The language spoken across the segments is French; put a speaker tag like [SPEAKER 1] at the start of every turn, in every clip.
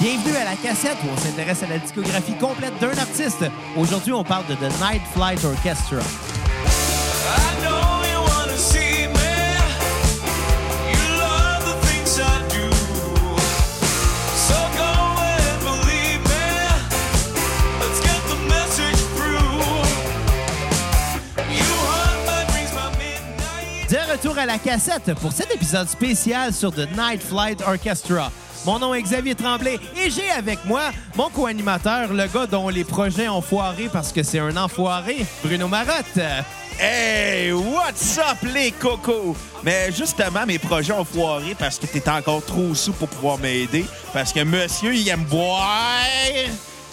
[SPEAKER 1] Bienvenue à la cassette où on s'intéresse à la discographie complète d'un artiste. Aujourd'hui, on parle de The Night Flight Orchestra.
[SPEAKER 2] I know you wanna see me. You love the things I do. So go and believe me. Let's get the message through. You haunt my dreams by midnight.
[SPEAKER 1] De retour à la cassette pour cet épisode spécial sur The Night Flight Orchestra. Mon nom est Xavier Tremblay et j'ai avec moi mon co-animateur, le gars dont les projets ont foiré parce que c'est un enfoiré, Bruno Marotte.
[SPEAKER 3] Hey, what's up les cocos? Mais justement, mes projets ont foiré parce que t'étais encore trop sous pour pouvoir m'aider. Parce que monsieur, il aime boire.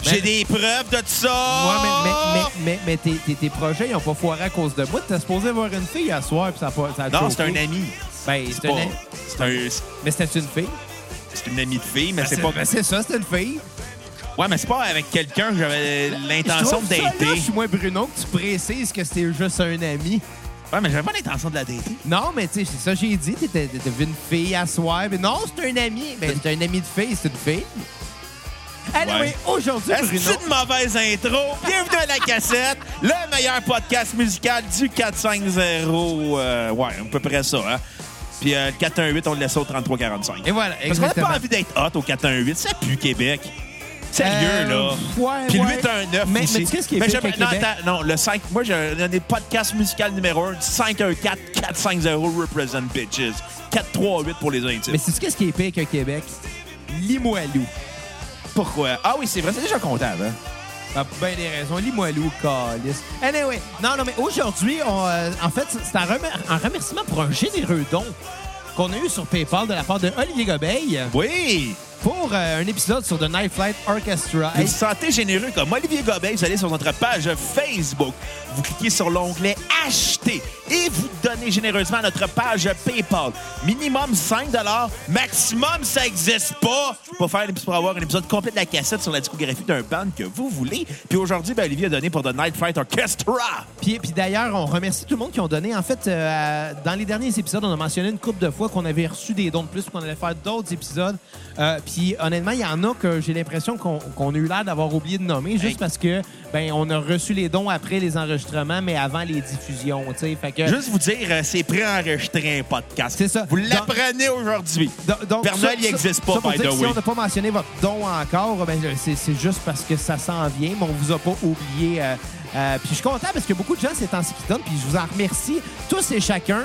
[SPEAKER 3] J'ai des preuves de ça.
[SPEAKER 1] Ben, Ouais, mais, mais, mais, mais, mais tes, tes- tes projets, ils ont pas foiré à cause de moi. T'es supposé voir une fille à soir puis ça a pas. ça a
[SPEAKER 3] Non,
[SPEAKER 1] choqué.
[SPEAKER 3] c'est un ami.
[SPEAKER 1] Ben, c'est
[SPEAKER 3] C'est
[SPEAKER 1] un
[SPEAKER 3] pas-
[SPEAKER 1] ami.
[SPEAKER 3] c'est un-
[SPEAKER 1] Mais c'était une fille.
[SPEAKER 3] c'est une amie de fille, mais c'est pas.
[SPEAKER 1] Ben, c'est ça, c'était une fille.
[SPEAKER 3] Ouais, mais c'est pas avec quelqu'un que j'avais l'intention
[SPEAKER 1] Ben, Je trouve
[SPEAKER 3] de
[SPEAKER 1] ça, là, Je
[SPEAKER 3] dater.
[SPEAKER 1] suis moins Bruno que tu précises que c'était juste un ami.
[SPEAKER 3] Ouais, mais j'avais pas l'intention de la dater.
[SPEAKER 1] Non, mais tu sais, c'est ça que j'ai dit. T'étais t'étais vu une fille à soir. Mais non, c'est un ami. Ben, c'est un ami de fille, c'est une fille. Allez,
[SPEAKER 3] Ouais.
[SPEAKER 1] aujourd'hui,
[SPEAKER 3] Est-ce que
[SPEAKER 1] Bruno...
[SPEAKER 3] c'est une mauvaise intro? Bienvenue à la cassette, le meilleur podcast musical du 450. euh, ouais, à peu près ça. Hein? Puis euh, le 418, on le laisse au 3345.
[SPEAKER 1] Et voilà,
[SPEAKER 3] Parce
[SPEAKER 1] Eh
[SPEAKER 3] qu'on n'a
[SPEAKER 1] exactement.
[SPEAKER 3] pas envie d'être hot au 418. Ça pue Québec. Sérieux,
[SPEAKER 1] Euh,
[SPEAKER 3] là.
[SPEAKER 1] ouais,
[SPEAKER 3] Puis
[SPEAKER 1] ouais.
[SPEAKER 3] lui, t'as un 9
[SPEAKER 1] Mais-
[SPEAKER 3] ici.
[SPEAKER 1] mais tu sais ce qui est
[SPEAKER 3] Mais
[SPEAKER 1] pire
[SPEAKER 3] j'aime-
[SPEAKER 1] qu'à
[SPEAKER 3] non,
[SPEAKER 1] Québec?
[SPEAKER 3] attends, non, le 5... Moi, j'ai un des podcasts musical numéro 1, 514-450 Represent Bitches. 438 pour les intimes.
[SPEAKER 1] Mais c'est qu'est-ce qui est pire qu'un Québec? Limoilou.
[SPEAKER 3] pourquoi? Ah oui, c'est vrai, c'est déjà comptable. Hein?
[SPEAKER 1] Ah, pour ben des raisons. Lis-moi loup, calice. Anyway, non, non, mais aujourd'hui, on, euh, en fait, c'est un, remer- un remerciement pour un généreux don qu'on a eu sur PayPal de la part de Olivier Gobeil
[SPEAKER 3] Oui!
[SPEAKER 1] pour euh, un épisode sur The Night Flight Orchestra.
[SPEAKER 3] Vous
[SPEAKER 1] Hey,
[SPEAKER 3] vous sentez généreux comme Olivier Gobeil, vous allez sur notre page Facebook, vous cliquez sur l'onglet Acheter et vous donnez généreusement à notre page PayPal. Minimum 5 maximum ça n'existe pas pour, faire, pour avoir un épisode complet de la cassette sur la discographie d'un band que vous voulez. Puis aujourd'hui, ben, Olivier a donné pour The Night Fight Orchestra.
[SPEAKER 1] Puis, puis d'ailleurs, on remercie tout le monde qui ont donné. En fait, euh, dans les derniers épisodes, on a mentionné une couple de fois qu'on avait reçu des dons de plus, qu'on allait faire d'autres épisodes. Euh, puis honnêtement, il y en a que j'ai l'impression qu'on qu'on a eu l'air d'avoir oublié de nommer, juste
[SPEAKER 3] Hey.
[SPEAKER 1] parce que ben on a reçu les dons après les enregistrements, mais avant les diffusions. tu sais. Fait que
[SPEAKER 3] Juste vous dire, euh, c'est préenregistré un podcast.
[SPEAKER 1] C'est ça.
[SPEAKER 3] Vous
[SPEAKER 1] Dans-
[SPEAKER 3] l'apprenez aujourd'hui.
[SPEAKER 1] Do- donc,
[SPEAKER 3] Bernal, il existe pas,
[SPEAKER 1] ça pour
[SPEAKER 3] by
[SPEAKER 1] dire
[SPEAKER 3] the
[SPEAKER 1] que
[SPEAKER 3] way.
[SPEAKER 1] Si on n'a pas mentionné votre don encore, ben, c'est c'est juste parce que ça s'en vient, mais on vous a pas oublié. euh, euh, puis je suis content parce que beaucoup de gens, c'est en ce qui donnent, puis je vous en remercie tous et chacun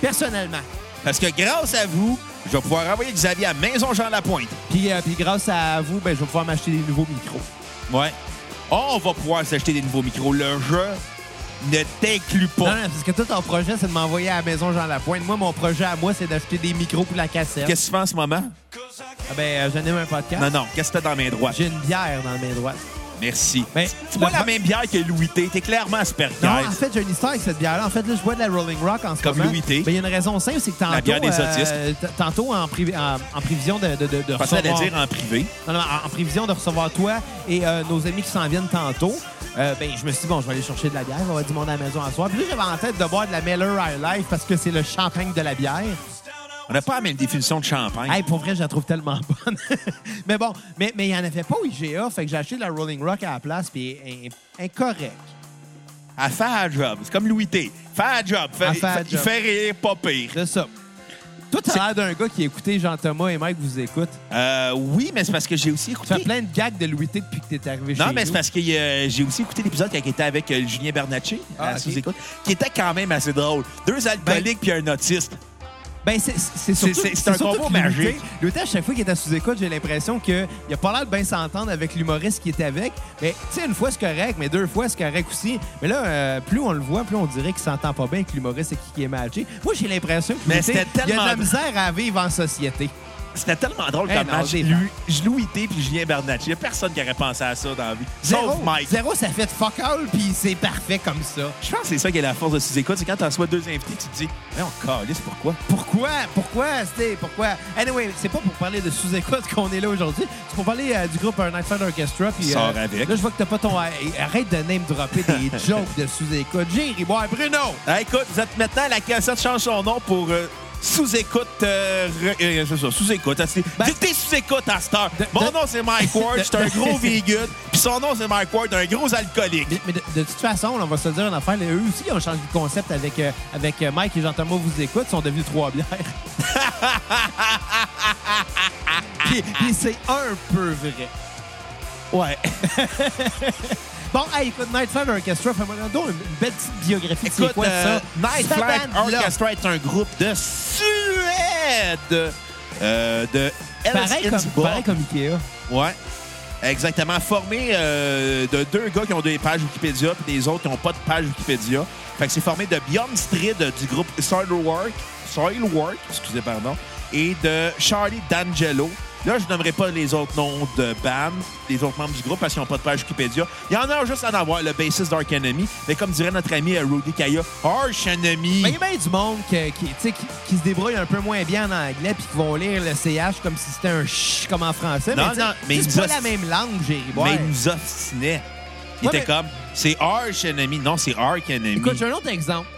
[SPEAKER 1] personnellement.
[SPEAKER 3] Parce que grâce à vous, je vais pouvoir envoyer Xavier à Maison Jean Lapointe.
[SPEAKER 1] Puis, euh, puis grâce à vous, ben, je vais pouvoir m'acheter des nouveaux micros.
[SPEAKER 3] Ouais. On va pouvoir s'acheter des nouveaux micros. Le jeu ne t'inclut
[SPEAKER 1] Non,
[SPEAKER 3] pas.
[SPEAKER 1] non, parce que tout ton projet, c'est de m'envoyer à la maison Jean Lapointe. Moi, mon projet à moi, c'est d'acheter des micros pour la cassette.
[SPEAKER 3] Qu'est-ce que tu fais en ce moment?
[SPEAKER 1] Ah, ben, euh, j'anime un podcast.
[SPEAKER 3] Non, non. Qu'est-ce que t'as dans mes droits?
[SPEAKER 1] J'ai une bière dans mes droites.
[SPEAKER 3] Merci.
[SPEAKER 1] Ben,
[SPEAKER 3] tu bois
[SPEAKER 1] ben,
[SPEAKER 3] la
[SPEAKER 1] ben-
[SPEAKER 3] même bière que Louis T. T'es clairement Asperger.
[SPEAKER 1] Non, en fait, j'ai une histoire avec cette bière-là. En fait, là, je bois de la Rolling Rock en ce
[SPEAKER 3] Comme
[SPEAKER 1] moment.
[SPEAKER 3] Louis T.
[SPEAKER 1] Ben, Il y a une raison simple, c'est que tantôt, euh,
[SPEAKER 3] La bière des autistes.
[SPEAKER 1] t- tantôt en, pré- en- en prévision de, de, de, de
[SPEAKER 3] Je pensais à le
[SPEAKER 1] recevoir-
[SPEAKER 3] dire hein. en privé.
[SPEAKER 1] non, non, en- en prévision de recevoir toi et euh, nos amis qui s'en viennent tantôt, euh, ben, je me suis dit, bon, je vais aller chercher de la bière, on va du monde à la maison à soir. Puis là, j'avais en tête de boire de la Miller High Life parce que c'est le champagne de la bière.
[SPEAKER 3] On n'a pas la même définition de champagne.
[SPEAKER 1] Hey, pour vrai, je la trouve tellement bonne. mais bon, mais mais il n'y en avait pas au IGA, fait que j'ai acheté de la Rolling Rock à la place, puis elle est incorrect.
[SPEAKER 3] À faire un job. C'est comme Louis T. Faire un job. Faire-
[SPEAKER 1] À faire un
[SPEAKER 3] il
[SPEAKER 1] job.
[SPEAKER 3] fait rire, pas pire.
[SPEAKER 1] C'est ça. Toi, t'as l'air d'un gars qui écoutait Jean-Thomas et Mike vous écoute.
[SPEAKER 3] Euh, oui, mais c'est parce que j'ai aussi
[SPEAKER 1] Tu fais
[SPEAKER 3] écouté.
[SPEAKER 1] plein de gags de Louis T depuis que t'es arrivé chez
[SPEAKER 3] Non, mais c'est
[SPEAKER 1] nous.
[SPEAKER 3] parce que euh, j'ai aussi écouté l'épisode quand il était avec euh, Julien Bernacci,
[SPEAKER 1] Ah,
[SPEAKER 3] à
[SPEAKER 1] ok.
[SPEAKER 3] Sous-Écoute, qui était quand même assez drôle. Deux alcooliques puis un autiste.
[SPEAKER 1] Ben, c'est- c'est surtout-
[SPEAKER 3] c'est- c'est un
[SPEAKER 1] surtout
[SPEAKER 3] combo
[SPEAKER 1] que Louis
[SPEAKER 3] magique.
[SPEAKER 1] T- Louis T, à chaque fois qu'il était sous écoute, j'ai l'impression qu'il a pas l'air de bien s'entendre avec l'humoriste qui était avec. Mais tu sais, une fois, c'est correct, mais deux fois, c'est correct aussi. Mais là, euh, plus on le voit, plus on dirait qu'il s'entend pas bien avec l'humoriste et qui, qui est matché. Moi, j'ai l'impression que
[SPEAKER 3] Mais
[SPEAKER 1] Louis T,
[SPEAKER 3] c'était
[SPEAKER 1] il a de la
[SPEAKER 3] tellement-
[SPEAKER 1] misère à vivre en société.
[SPEAKER 3] C'était tellement drôle
[SPEAKER 1] Hey,
[SPEAKER 3] comme
[SPEAKER 1] non,
[SPEAKER 3] match.
[SPEAKER 1] j'ai
[SPEAKER 3] Lui- Je Louis T puis Julien Bernacci. Il a personne qui aurait pensé à ça dans la vie. Sauf Mike.
[SPEAKER 1] Zéro, ça fait de fuck all, puis c'est parfait comme ça.
[SPEAKER 3] Je pense que c'est ça qui est la force de sous-écoute. C'est quand tu reçois deux invités, tu te dis, mais on calisse, pourquoi?
[SPEAKER 1] Pourquoi? Pourquoi? C'était pourquoi? Anyway, c'est pas pour parler de sous-écoute qu'on est là aujourd'hui. C'est pour parler euh, du groupe Un Night Flight Orchestra. Puis, euh,
[SPEAKER 3] Sors avec.
[SPEAKER 1] Là, je vois que t'as pas ton. Arrête de name dropper des jokes de sous-écoute. J'ai ri boire Bruno!
[SPEAKER 3] Ah, écoute, vous êtes maintenant à la cassette change son nom pour euh, sous-écoute euh, re- euh, c'est ça, sous-écoute. T'as-
[SPEAKER 1] Ben-
[SPEAKER 3] T'es- T'es sous-écoute à cette heure.
[SPEAKER 1] De- de-
[SPEAKER 3] Mon nom, c'est Mike Ward.
[SPEAKER 1] de-
[SPEAKER 3] Je suis un
[SPEAKER 1] de-
[SPEAKER 3] gros vegan. Puis son nom, c'est Mike Ward, un gros alcoolique.
[SPEAKER 1] Mais, mais de, de toute façon, là, on va se le dire en affaire, là, eux aussi ils ont changé de concept avec, euh, avec euh, Mike et Jean-Thomas vous écoute, ils sont devenus trois bières. puis puis c'est un peu vrai.
[SPEAKER 3] Ouais.
[SPEAKER 1] Bon, hey, écoute, Night Flight Orchestra, fais-moi donc une une belle petite biographie. c'est
[SPEAKER 3] Écoute,
[SPEAKER 1] quoi
[SPEAKER 3] euh,
[SPEAKER 1] ça?
[SPEAKER 3] Night
[SPEAKER 1] Cette
[SPEAKER 3] Flight
[SPEAKER 1] bande-là.
[SPEAKER 3] Orchestra est un groupe de Suède. Euh, de
[SPEAKER 1] Pareil comme,
[SPEAKER 3] Helsingborg.
[SPEAKER 1] pareil comme Ikea.
[SPEAKER 3] Ouais. Exactement. Formé euh, de deux gars qui ont des pages Wikipédia puis des autres qui n'ont pas de page Wikipédia. Fait que c'est formé de Bjorn Strid euh, du groupe Soilwork, Soilwork, excusez, pardon, et de Charlie D'Angelo. Là, je nommerai pas les autres noms de BAM, les autres membres du groupe, parce qu'ils n'ont pas de page Wikipédia. Il y en a juste à en avoir, le bassiste d'Ark Enemy. Mais comme dirait notre ami euh, Rudy Kaya, Arch Enemy.
[SPEAKER 1] Mais il y a bien du monde que- qui, tu sais, qui, qui se débrouille un peu moins bien en anglais puis qui vont lire le CH comme si c'était un ch comme en français.
[SPEAKER 3] Non,
[SPEAKER 1] mais tu sais,
[SPEAKER 3] non, mais
[SPEAKER 1] c'est pas
[SPEAKER 3] ils
[SPEAKER 1] la même langue, Jerry Boy.
[SPEAKER 3] Mais il nous obstinait.
[SPEAKER 1] Ouais,
[SPEAKER 3] Il était
[SPEAKER 1] mais-
[SPEAKER 3] comme, c'est Arch Enemy. Non, c'est Ark Enemy.
[SPEAKER 1] Écoute, j'ai un autre exemple.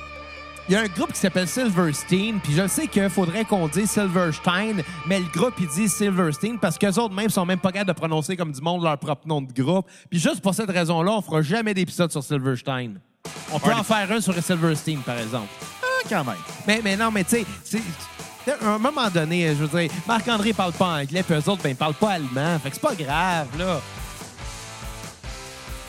[SPEAKER 1] Il y a un groupe qui s'appelle Silverstein, puis je sais qu'il faudrait qu'on dise Silverstein, mais le groupe, il dit Silverstein parce qu'eux autres même sont même pas capables de prononcer comme du monde leur propre nom de groupe. Puis juste pour cette raison-là, on fera jamais d'épisode sur Silverstein. On peut
[SPEAKER 3] Ouais.
[SPEAKER 1] en faire un sur Silverstein, par exemple.
[SPEAKER 3] Ah, quand même.
[SPEAKER 1] Mais, mais non, mais tu sais, c'est- c'est- à un moment donné, je veux dire, Marc-André parle pas anglais, puis eux autres, ben, ils parlent pas allemand. Fait que c'est pas grave, là.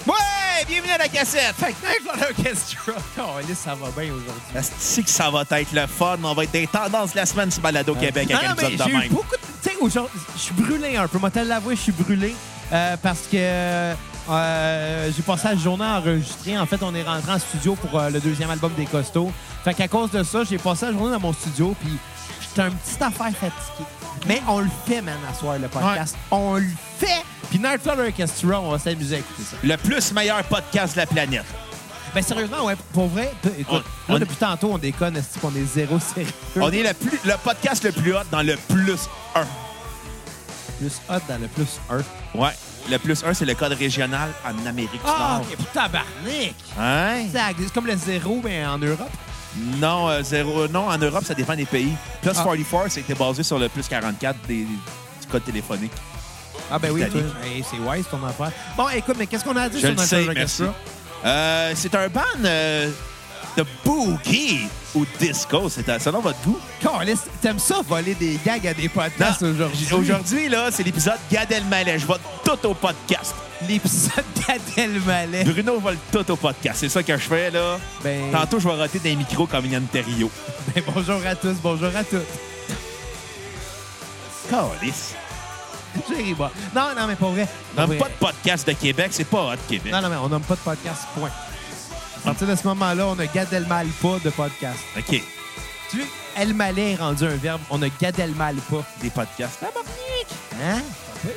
[SPEAKER 3] Ouais, bienvenue à la cassette.
[SPEAKER 1] Fait que Night Flight Orchestra, Calisse, ça va bien aujourd'hui.
[SPEAKER 3] C'est que ça va être le fun. On va être des tendances la semaine sur Balado Québec
[SPEAKER 1] Non,
[SPEAKER 3] avec un
[SPEAKER 1] mais
[SPEAKER 3] épisode de
[SPEAKER 1] j'ai eu
[SPEAKER 3] même.
[SPEAKER 1] beaucoup de- Tu sais, aujourd'hui, je suis brûlé un peu. Moi, t'as l'avoué, je suis brûlé euh, parce que euh, j'ai passé la journée à enregistrer. En fait, on est rentré en studio pour euh, le deuxième album des Costauds. Fait qu'à cause de ça, j'ai passé la journée dans mon studio, puis j'étais un petit affaire fatigué. Mais on le fait, man, à soir, le podcast. On le fait! Puis Night Flight Orchestra, on va s'amuser à écouter ça.
[SPEAKER 3] Le plus meilleur podcast de la planète.
[SPEAKER 1] Ben sérieusement, ouais, pour vrai, t- écoute,
[SPEAKER 3] On-
[SPEAKER 1] là,
[SPEAKER 3] on-
[SPEAKER 1] depuis tantôt, on déconne, est-ce qu'on est zéro sérieux?
[SPEAKER 3] On est le, plus, le podcast le plus hot dans le plus 1.
[SPEAKER 1] plus hot dans le plus 1.
[SPEAKER 3] Ouais. Le plus 1, c'est le code régional en Amérique du
[SPEAKER 1] Ah,
[SPEAKER 3] Nord.
[SPEAKER 1] ok, pour tabarnak!
[SPEAKER 3] Hein?
[SPEAKER 1] Exact. C'est comme le zéro, mais en Europe.
[SPEAKER 3] Non, euh, zéro, non, en Europe, ça dépend des pays. Plus
[SPEAKER 1] Ah.
[SPEAKER 3] 44, c'était basé sur le plus 44 des, du code téléphonique.
[SPEAKER 1] Ah ben oui,
[SPEAKER 3] Italie.
[SPEAKER 1] toi. Hey, c'est wise ton affaire. Bon, écoute, mais qu'est-ce qu'on a dit
[SPEAKER 3] Je
[SPEAKER 1] sur
[SPEAKER 3] le
[SPEAKER 1] notre
[SPEAKER 3] sais, merci. Euh, c'est un ban euh, de boogie ou disco. C'est à- selon votre goût.
[SPEAKER 1] Caliste, t'aimes ça voler des gags à des podcasts
[SPEAKER 3] Non,
[SPEAKER 1] aujourd'hui?
[SPEAKER 3] j- Aujourd'hui, là, c'est l'épisode Gad Elmaleh. Je vais tout au podcast.
[SPEAKER 1] L'épisode d'Adelmalais.
[SPEAKER 3] Bruno va le tout au podcast. C'est ça que je fais, là.
[SPEAKER 1] Ben-
[SPEAKER 3] Tantôt, je vais rater des micros comme Yann Terrio.
[SPEAKER 1] Ben, bonjour à tous, bonjour à toutes.
[SPEAKER 3] Calice.
[SPEAKER 1] J'ai ri, moi. Non, non, mais pour vrai.
[SPEAKER 3] Dans
[SPEAKER 1] pour vrai.
[SPEAKER 3] pas de podcast de Québec, c'est pas hot, Québec.
[SPEAKER 1] Ah Non, non, mais on nomme pas de podcast, point. À partir de ce moment-là, on a Gadelmal pas de podcast.
[SPEAKER 3] OK.
[SPEAKER 1] Tu sais, Elmaleh est rendu un verbe, on a Gadelmal pas.
[SPEAKER 3] Des podcasts. Tabarnak!
[SPEAKER 1] Hein?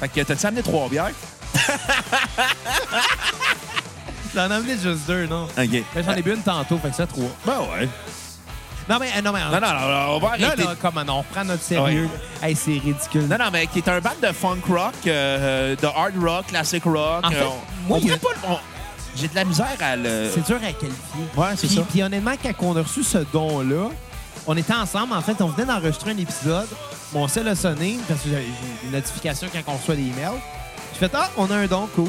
[SPEAKER 3] Fait que t'as-tu amené trois bières?
[SPEAKER 1] J'en ai amené juste deux, non?
[SPEAKER 3] OK.
[SPEAKER 1] Ben, J'en ai bu une tantôt, fait que ça, trois.
[SPEAKER 3] Ben ouais.
[SPEAKER 1] Non, mais, euh, non, mais
[SPEAKER 3] Non, non, non, on va
[SPEAKER 1] Là,
[SPEAKER 3] arrêter.
[SPEAKER 1] là, comment non, on reprend notre sérieux. Hey, c'est ridicule.
[SPEAKER 3] Non, non, mais qui est un band de funk rock, euh, euh, de hard rock, classic rock.
[SPEAKER 1] En fait,
[SPEAKER 3] euh, on-
[SPEAKER 1] moi,
[SPEAKER 3] on
[SPEAKER 1] il y a-
[SPEAKER 3] ferait pas le- on- J'ai de la misère à le...
[SPEAKER 1] C'est dur à qualifier.
[SPEAKER 3] Euh. Ouais, c'est
[SPEAKER 1] Puis-
[SPEAKER 3] ça.
[SPEAKER 1] Puis honnêtement, quand on a reçu ce don-là, on était ensemble. En fait, on venait d'enregistrer un épisode. Mon cell a sonné parce que j'avais j'ai une notification quand on reçoit des emails. J'ai fait Ah, on a un don, cool.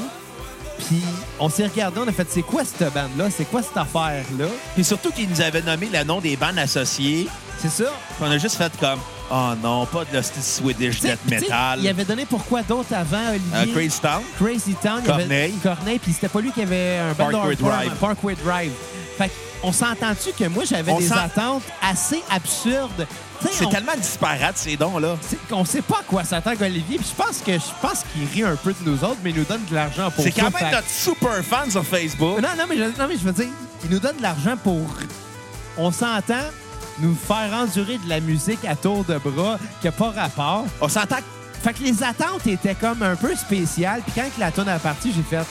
[SPEAKER 1] Puis on s'est regardé, on a fait C'est quoi cette bande-là C'est quoi cette affaire-là
[SPEAKER 3] Et surtout qu'ils nous avaient nommé le nom des bandes associées.
[SPEAKER 1] C'est ça.
[SPEAKER 3] Puis on a juste fait comme Oh non, pas de l'hostie de Swedish
[SPEAKER 1] Tu sais,
[SPEAKER 3] death
[SPEAKER 1] tu sais,
[SPEAKER 3] metal.
[SPEAKER 1] Il avait donné pourquoi d'autres avant, Olivier.
[SPEAKER 3] Euh, Crazy Town.
[SPEAKER 1] Crazy Town, il y avait
[SPEAKER 3] Corneille.
[SPEAKER 1] Corneille, puis c'était pas lui qui avait un band de
[SPEAKER 3] Parkway
[SPEAKER 1] hardcore,
[SPEAKER 3] Drive.
[SPEAKER 1] mais Parkway Drive. Fait qu'on s'entend-tu que moi, j'avais
[SPEAKER 3] On
[SPEAKER 1] des
[SPEAKER 3] s'en-
[SPEAKER 1] attentes assez absurdes. Tu sais,
[SPEAKER 3] C'est
[SPEAKER 1] on...
[SPEAKER 3] tellement disparate, ces dons-là.
[SPEAKER 1] c'est- on sait pas à quoi s'attend Olivier, puis je pense que je pense qu'il rit un peu de nous autres, mais il nous donne de l'argent pour
[SPEAKER 3] C'est
[SPEAKER 1] ça,
[SPEAKER 3] quand
[SPEAKER 1] fait
[SPEAKER 3] même
[SPEAKER 1] que-
[SPEAKER 3] notre super fan sur Facebook.
[SPEAKER 1] Non, non, mais je, non, mais je veux dire, il nous donne de l'argent pour, on s'entend, nous faire endurer de la musique à tour de bras qui a pas rapport.
[SPEAKER 3] On s'entend que
[SPEAKER 1] Fait que les attentes étaient comme un peu spéciales. Puis quand que la tonne a parti, j'ai fait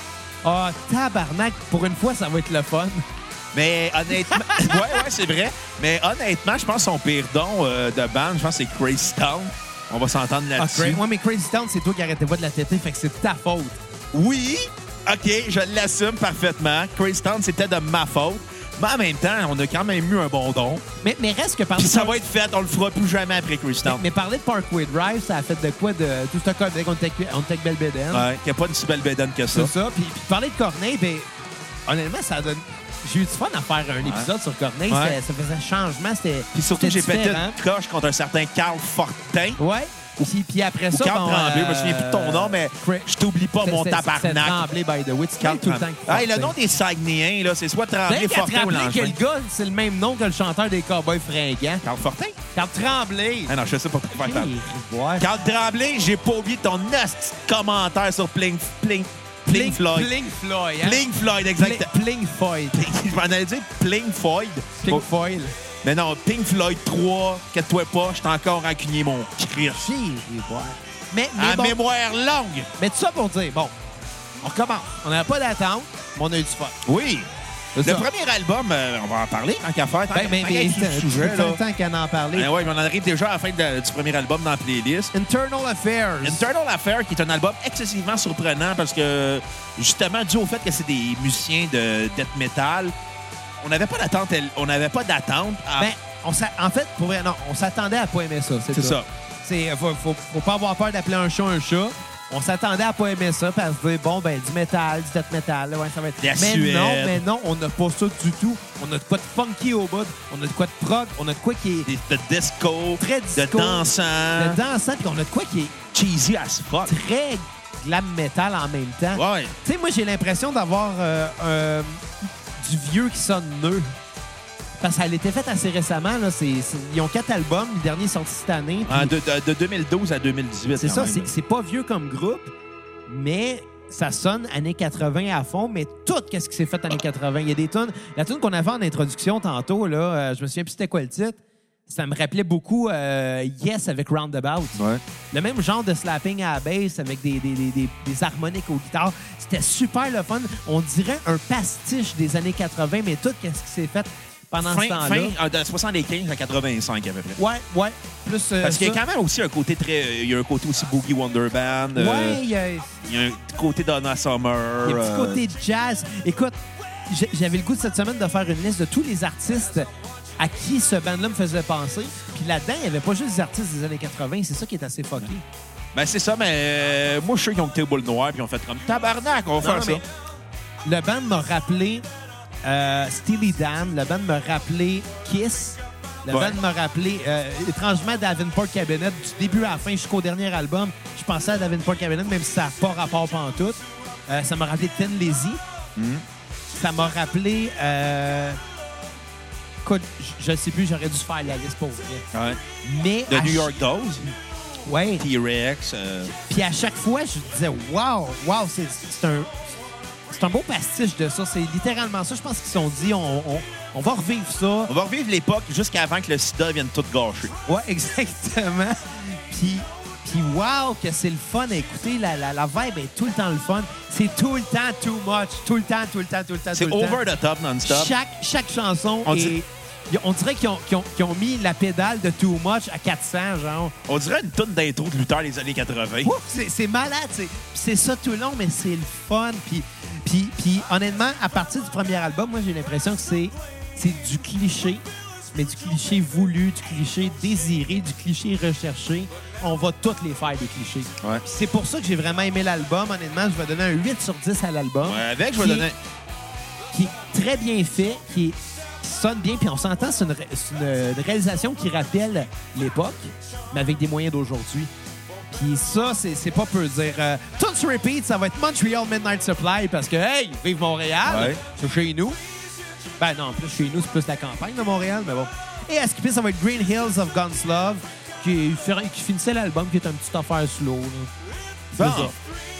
[SPEAKER 1] Ah, tabarnak, pour une fois, ça va être le fun.
[SPEAKER 3] Mais honnêtement, ouais, ouais, c'est vrai. Mais honnêtement, je pense que son pire don euh, de band, je pense que c'est Crazy Town. On va s'entendre là-dessus.
[SPEAKER 1] Moi, mais Ah, Crazy Town, c'est toi qui arrêtais pas de la têter, fait que c'est ta faute.
[SPEAKER 3] Oui, OK, je l'assume parfaitement. Crazy Town, c'était de ma faute. Mais en même temps, on a quand même eu un bon don.
[SPEAKER 1] Mais, mais reste que parler
[SPEAKER 3] Puis
[SPEAKER 1] de,
[SPEAKER 3] ça va être fait, on le fera plus jamais après Christian.
[SPEAKER 1] Ah. mais parler de Parkway Drive, ça a fait de quoi de tout ce codec? On était on était avec Belbédène.
[SPEAKER 3] Ouais, qu'il n'y a pas une si belle bédonne que ça.
[SPEAKER 1] C'est ça. Puis, puis parler de Corneille, ben, honnêtement, ça donne. J'ai eu du fun à faire un épisode sur Corneille.
[SPEAKER 3] Ouais.
[SPEAKER 1] C'était- Ça faisait un changement. C'était.
[SPEAKER 3] Puis surtout,
[SPEAKER 1] c'était
[SPEAKER 3] j'ai pété
[SPEAKER 1] différent.
[SPEAKER 3] une coche contre un certain Carl Fortin.
[SPEAKER 1] Ouais. Puis, puis après
[SPEAKER 3] Ou
[SPEAKER 1] ça.
[SPEAKER 3] Carl
[SPEAKER 1] bon,
[SPEAKER 3] Tremblay, je me
[SPEAKER 1] euh,
[SPEAKER 3] souviens plus de ton nom, mais
[SPEAKER 1] Cra-
[SPEAKER 3] je t'oublie pas, mon
[SPEAKER 1] c'est- c'est- C'est
[SPEAKER 3] tabarnak.
[SPEAKER 1] Tremblay, by the way. Tu te parles
[SPEAKER 3] Carl
[SPEAKER 1] tout le temps.
[SPEAKER 3] Tremblay. Hey, le nom des Saguenayens, là, c'est soit Tremblay,
[SPEAKER 1] Dès qu'à te
[SPEAKER 3] Fortin ou
[SPEAKER 1] rappeler que
[SPEAKER 3] Langevin.
[SPEAKER 1] le gars, c'est le même nom que le chanteur des Cowboys fringants.
[SPEAKER 3] Carl Fortin?
[SPEAKER 1] Carl Tremblay.
[SPEAKER 3] Ah non, je sais pas pourquoi faire Carl.
[SPEAKER 1] Ouais.
[SPEAKER 3] Carl Tremblay, j'ai pas oublié ton nasty commentaire sur Pling, Pling, Pling Floyd.
[SPEAKER 1] Pling Floyd. hein?
[SPEAKER 3] Pling Floyd,
[SPEAKER 1] Pling-
[SPEAKER 3] exact.
[SPEAKER 1] Pling Floyd.
[SPEAKER 3] Je m'en allais dire Pling Floyd. Oh,
[SPEAKER 1] Pling Foil.
[SPEAKER 3] Mais non, Pink Floyd 3, que toi pas, je suis encore rancunier, mon Christ.
[SPEAKER 1] J'ai voir. Mais, Ah, mais
[SPEAKER 3] À
[SPEAKER 1] bon,
[SPEAKER 3] mémoire longue.
[SPEAKER 1] Mais tout ça pour dire, bon, on recommence. On n'avait pas d'attente, mais on a eu du fun.
[SPEAKER 3] Oui.
[SPEAKER 1] C'est ça.
[SPEAKER 3] Le premier album, euh, on va en parler, tant qu'à faire. Tant
[SPEAKER 1] Ben,
[SPEAKER 3] qu'à-
[SPEAKER 1] mais
[SPEAKER 3] tant qu'à
[SPEAKER 1] mais
[SPEAKER 3] être sur le sujet,
[SPEAKER 1] c'est
[SPEAKER 3] là.
[SPEAKER 1] le temps qu'à en parler.
[SPEAKER 3] Ben ouais, mais on en arrive déjà à la fin de- du premier album dans la playlist.
[SPEAKER 1] Internal Affairs.
[SPEAKER 3] Internal Affair, qui est un album excessivement surprenant parce que, justement, dû au fait que c'est des musiciens de death metal, on n'avait pas d'attente. On n'avait pas d'attente. à-
[SPEAKER 1] Ben, on s'a- en fait, pour vrai, non, on s'attendait à pas aimer ça. C'est
[SPEAKER 3] c'est
[SPEAKER 1] tout.
[SPEAKER 3] ça.
[SPEAKER 1] C'est euh, faut, faut, faut pas avoir peur d'appeler un chat un chat. On s'attendait à pas aimer ça parce que bon ben du métal, du death metal, là, ouais, ça va être.
[SPEAKER 3] La
[SPEAKER 1] mais
[SPEAKER 3] Suède.
[SPEAKER 1] non, mais non, on n'a pas ça du tout. On a de quoi de funky au bout, on a de quoi de prog, on a de quoi qui est
[SPEAKER 3] Des- De disco,
[SPEAKER 1] Très disco.
[SPEAKER 3] de dansant,
[SPEAKER 1] de dansant, puis on a de quoi qui est
[SPEAKER 3] cheesy as fuck.
[SPEAKER 1] très glam metal en même temps.
[SPEAKER 3] Ouais.
[SPEAKER 1] Tu sais, moi, j'ai l'impression d'avoir euh, euh, du vieux qui sonne nœud. Parce qu'elle était faite assez récemment. Là. C'est- c'est- ils ont quatre albums. Le dernier est sorti cette année. puis
[SPEAKER 3] En de, de- de 2012 à 2018.
[SPEAKER 1] c'est
[SPEAKER 3] Ah, quand
[SPEAKER 1] ça,
[SPEAKER 3] même.
[SPEAKER 1] c'est, c'est pas vieux comme groupe, mais ça sonne années 80 à fond, mais tout qu'est-ce qui s'est fait années 80. Il y a des tunes. La tune qu'on avait en introduction tantôt, là, euh, je me souviens plus c'était quoi le titre. Ça me rappelait beaucoup euh, Yes avec Roundabout.
[SPEAKER 3] Ouais.
[SPEAKER 1] Le même genre de slapping à la bass avec des, des, des, des- des harmoniques aux guitares. C'était super le fun. On dirait un pastiche des années 80, mais tout qu'est-ce qui s'est fait pendant ce
[SPEAKER 3] Fin,
[SPEAKER 1] temps-là.
[SPEAKER 3] fin euh, de 75 à 85 à peu près.
[SPEAKER 1] Ouais, ouais. Plus, euh,
[SPEAKER 3] Parce qu'il y a
[SPEAKER 1] ça.
[SPEAKER 3] quand même aussi un côté très. euh, Il y a un côté aussi Boogie Wonder Band. euh,
[SPEAKER 1] Ouais, il y a-
[SPEAKER 3] Il y a un petit côté Donna Summer.
[SPEAKER 1] Il y a un petit
[SPEAKER 3] euh,
[SPEAKER 1] côté jazz. Écoute, j'ai- j'avais le goût de cette semaine de faire une liste de tous les artistes à qui ce band-là me faisait penser. Puis là-dedans, il n'y avait pas juste des artistes des années 80. C'est ça qui est assez fucké.
[SPEAKER 3] Ben, c'est ça, mais euh, moi, je suis sûr qu'ils ont été boule noire puis ils ont fait comme tabarnak, on va
[SPEAKER 1] Non,
[SPEAKER 3] faire
[SPEAKER 1] mais
[SPEAKER 3] ça.
[SPEAKER 1] Le band m'a rappelé euh, Steely Dan. Le band m'a rappelé Kiss. Le
[SPEAKER 3] Ouais.
[SPEAKER 1] band m'a rappelé, euh, étrangement, Davenport Cabinet. Du début à la fin jusqu'au dernier album, je pensais à Davenport Cabinet, même si ça n'a pas rapport pantoute. Euh, ça m'a rappelé Ten Lazy.
[SPEAKER 3] Mhm.
[SPEAKER 1] Ça m'a rappelé... Euh... écoute, je- je ne sais plus, j'aurais dû faire la liste pour vrai.
[SPEAKER 3] Ouais.
[SPEAKER 1] Mais Ah,
[SPEAKER 3] De
[SPEAKER 1] à
[SPEAKER 3] New
[SPEAKER 1] ch-
[SPEAKER 3] York Dose,
[SPEAKER 1] Ouais.
[SPEAKER 3] T-Rex. euh,
[SPEAKER 1] Puis à chaque fois, je disais Wow, wow, c'est c'est un. C'est un beau pastiche de ça. C'est littéralement ça. Je pense qu'ils se sont dit on, on- on va revivre ça.
[SPEAKER 3] On va revivre l'époque jusqu'avant que le sida vienne tout gâcher.
[SPEAKER 1] Ouais, exactement. Puis, puis wow, que c'est le fun à écouter. La, la, la vibe est tout le temps le fun. C'est tout le temps too much. Tout le temps, tout le temps, tout le temps.
[SPEAKER 3] C'est
[SPEAKER 1] tout le temps.
[SPEAKER 3] over the top non-stop.
[SPEAKER 1] Chaque, chaque chanson
[SPEAKER 3] On
[SPEAKER 1] on
[SPEAKER 3] dit-
[SPEAKER 1] On dirait qu'ils ont, qu'ils ont- qu'ils ont mis la pédale de Too Much à 400, genre.
[SPEAKER 3] On dirait une tonne d'intro de lutteur des années 80.
[SPEAKER 1] Ouf, c'est c'est malade. C'est c'est ça tout le long, mais c'est le fun. Puis, puis, puis honnêtement, à partir du premier album, moi, j'ai l'impression que c'est c'est du cliché, mais du cliché voulu, du cliché désiré, du cliché recherché. On va toutes les faire, des clichés.
[SPEAKER 3] Ouais.
[SPEAKER 1] Puis C'est pour ça que j'ai vraiment aimé l'album. Honnêtement, je vais donner un 8 sur 10 à l'album.
[SPEAKER 3] Ouais, avec, je vais
[SPEAKER 1] Qui-
[SPEAKER 3] donner.
[SPEAKER 1] Qui est très bien fait, qui, est- qui sonne bien. Puis on s'entend, c'est une, ré- c'est une- une réalisation qui rappelle l'époque, mais avec des moyens d'aujourd'hui. Puis ça, c'est c'est pas peu dire. Euh, Tunes Repeat, ça va être Montreal Midnight Supply parce que, hey, vive Montréal,
[SPEAKER 3] Ouais.
[SPEAKER 1] c'est chez nous. Ben non, en plus chez nous, c'est plus la campagne de Montréal, mais bon. Et à skipper, ça va être Green Hills of Guns Love qui, fer- qui finissait l'album qui est un petit affaire slow. là. C'est
[SPEAKER 3] Bon.
[SPEAKER 1] ça.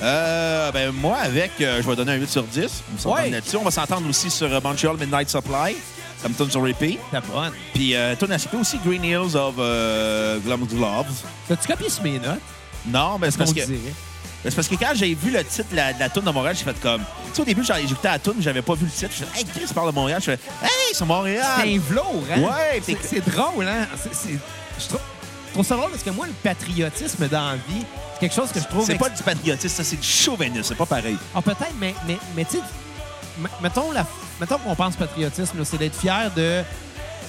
[SPEAKER 3] Euh, ben, moi, avec, euh, je vais donner un 8 sur 10. On s'entend
[SPEAKER 1] Ouais.
[SPEAKER 3] là-dessus. On va s'entendre aussi sur euh, Montreal Midnight Supply, comme Tune sur Repeat.
[SPEAKER 1] T'as bonne.
[SPEAKER 3] Puis, euh, Tune à skipper aussi Green Hills of euh, Glum Gloves.
[SPEAKER 1] T'as-tu copié sur mes notes?
[SPEAKER 3] Non, mais c'est
[SPEAKER 1] On
[SPEAKER 3] parce que.
[SPEAKER 1] dirait.
[SPEAKER 3] mais c'est parce que quand j'ai vu le titre de la, de la toune de Montréal, j'ai fait comme. Tu sais, au début, j'en- j'écoutais la toune, j'avais pas vu le titre. Je fait, hey, Chris parle de Montréal. Je fais, hey, c'est
[SPEAKER 1] C'est un
[SPEAKER 3] Montréal.
[SPEAKER 1] velours, hein?
[SPEAKER 3] Ah, Ouais,
[SPEAKER 1] c'est,
[SPEAKER 3] pis-
[SPEAKER 1] c'est drôle, hein? C'est, c'est- je, trouve, je trouve ça drôle parce que moi, le patriotisme dans la vie, c'est quelque chose que je trouve.
[SPEAKER 3] C'est
[SPEAKER 1] ex-
[SPEAKER 3] pas du patriotisme, ça, c'est du chauvinisme. C'est pas pareil.
[SPEAKER 1] Ah, peut-être, mais, mais, mais tu sais, m- mettons la mettons qu'on pense patriotisme, là, c'est d'être fier de,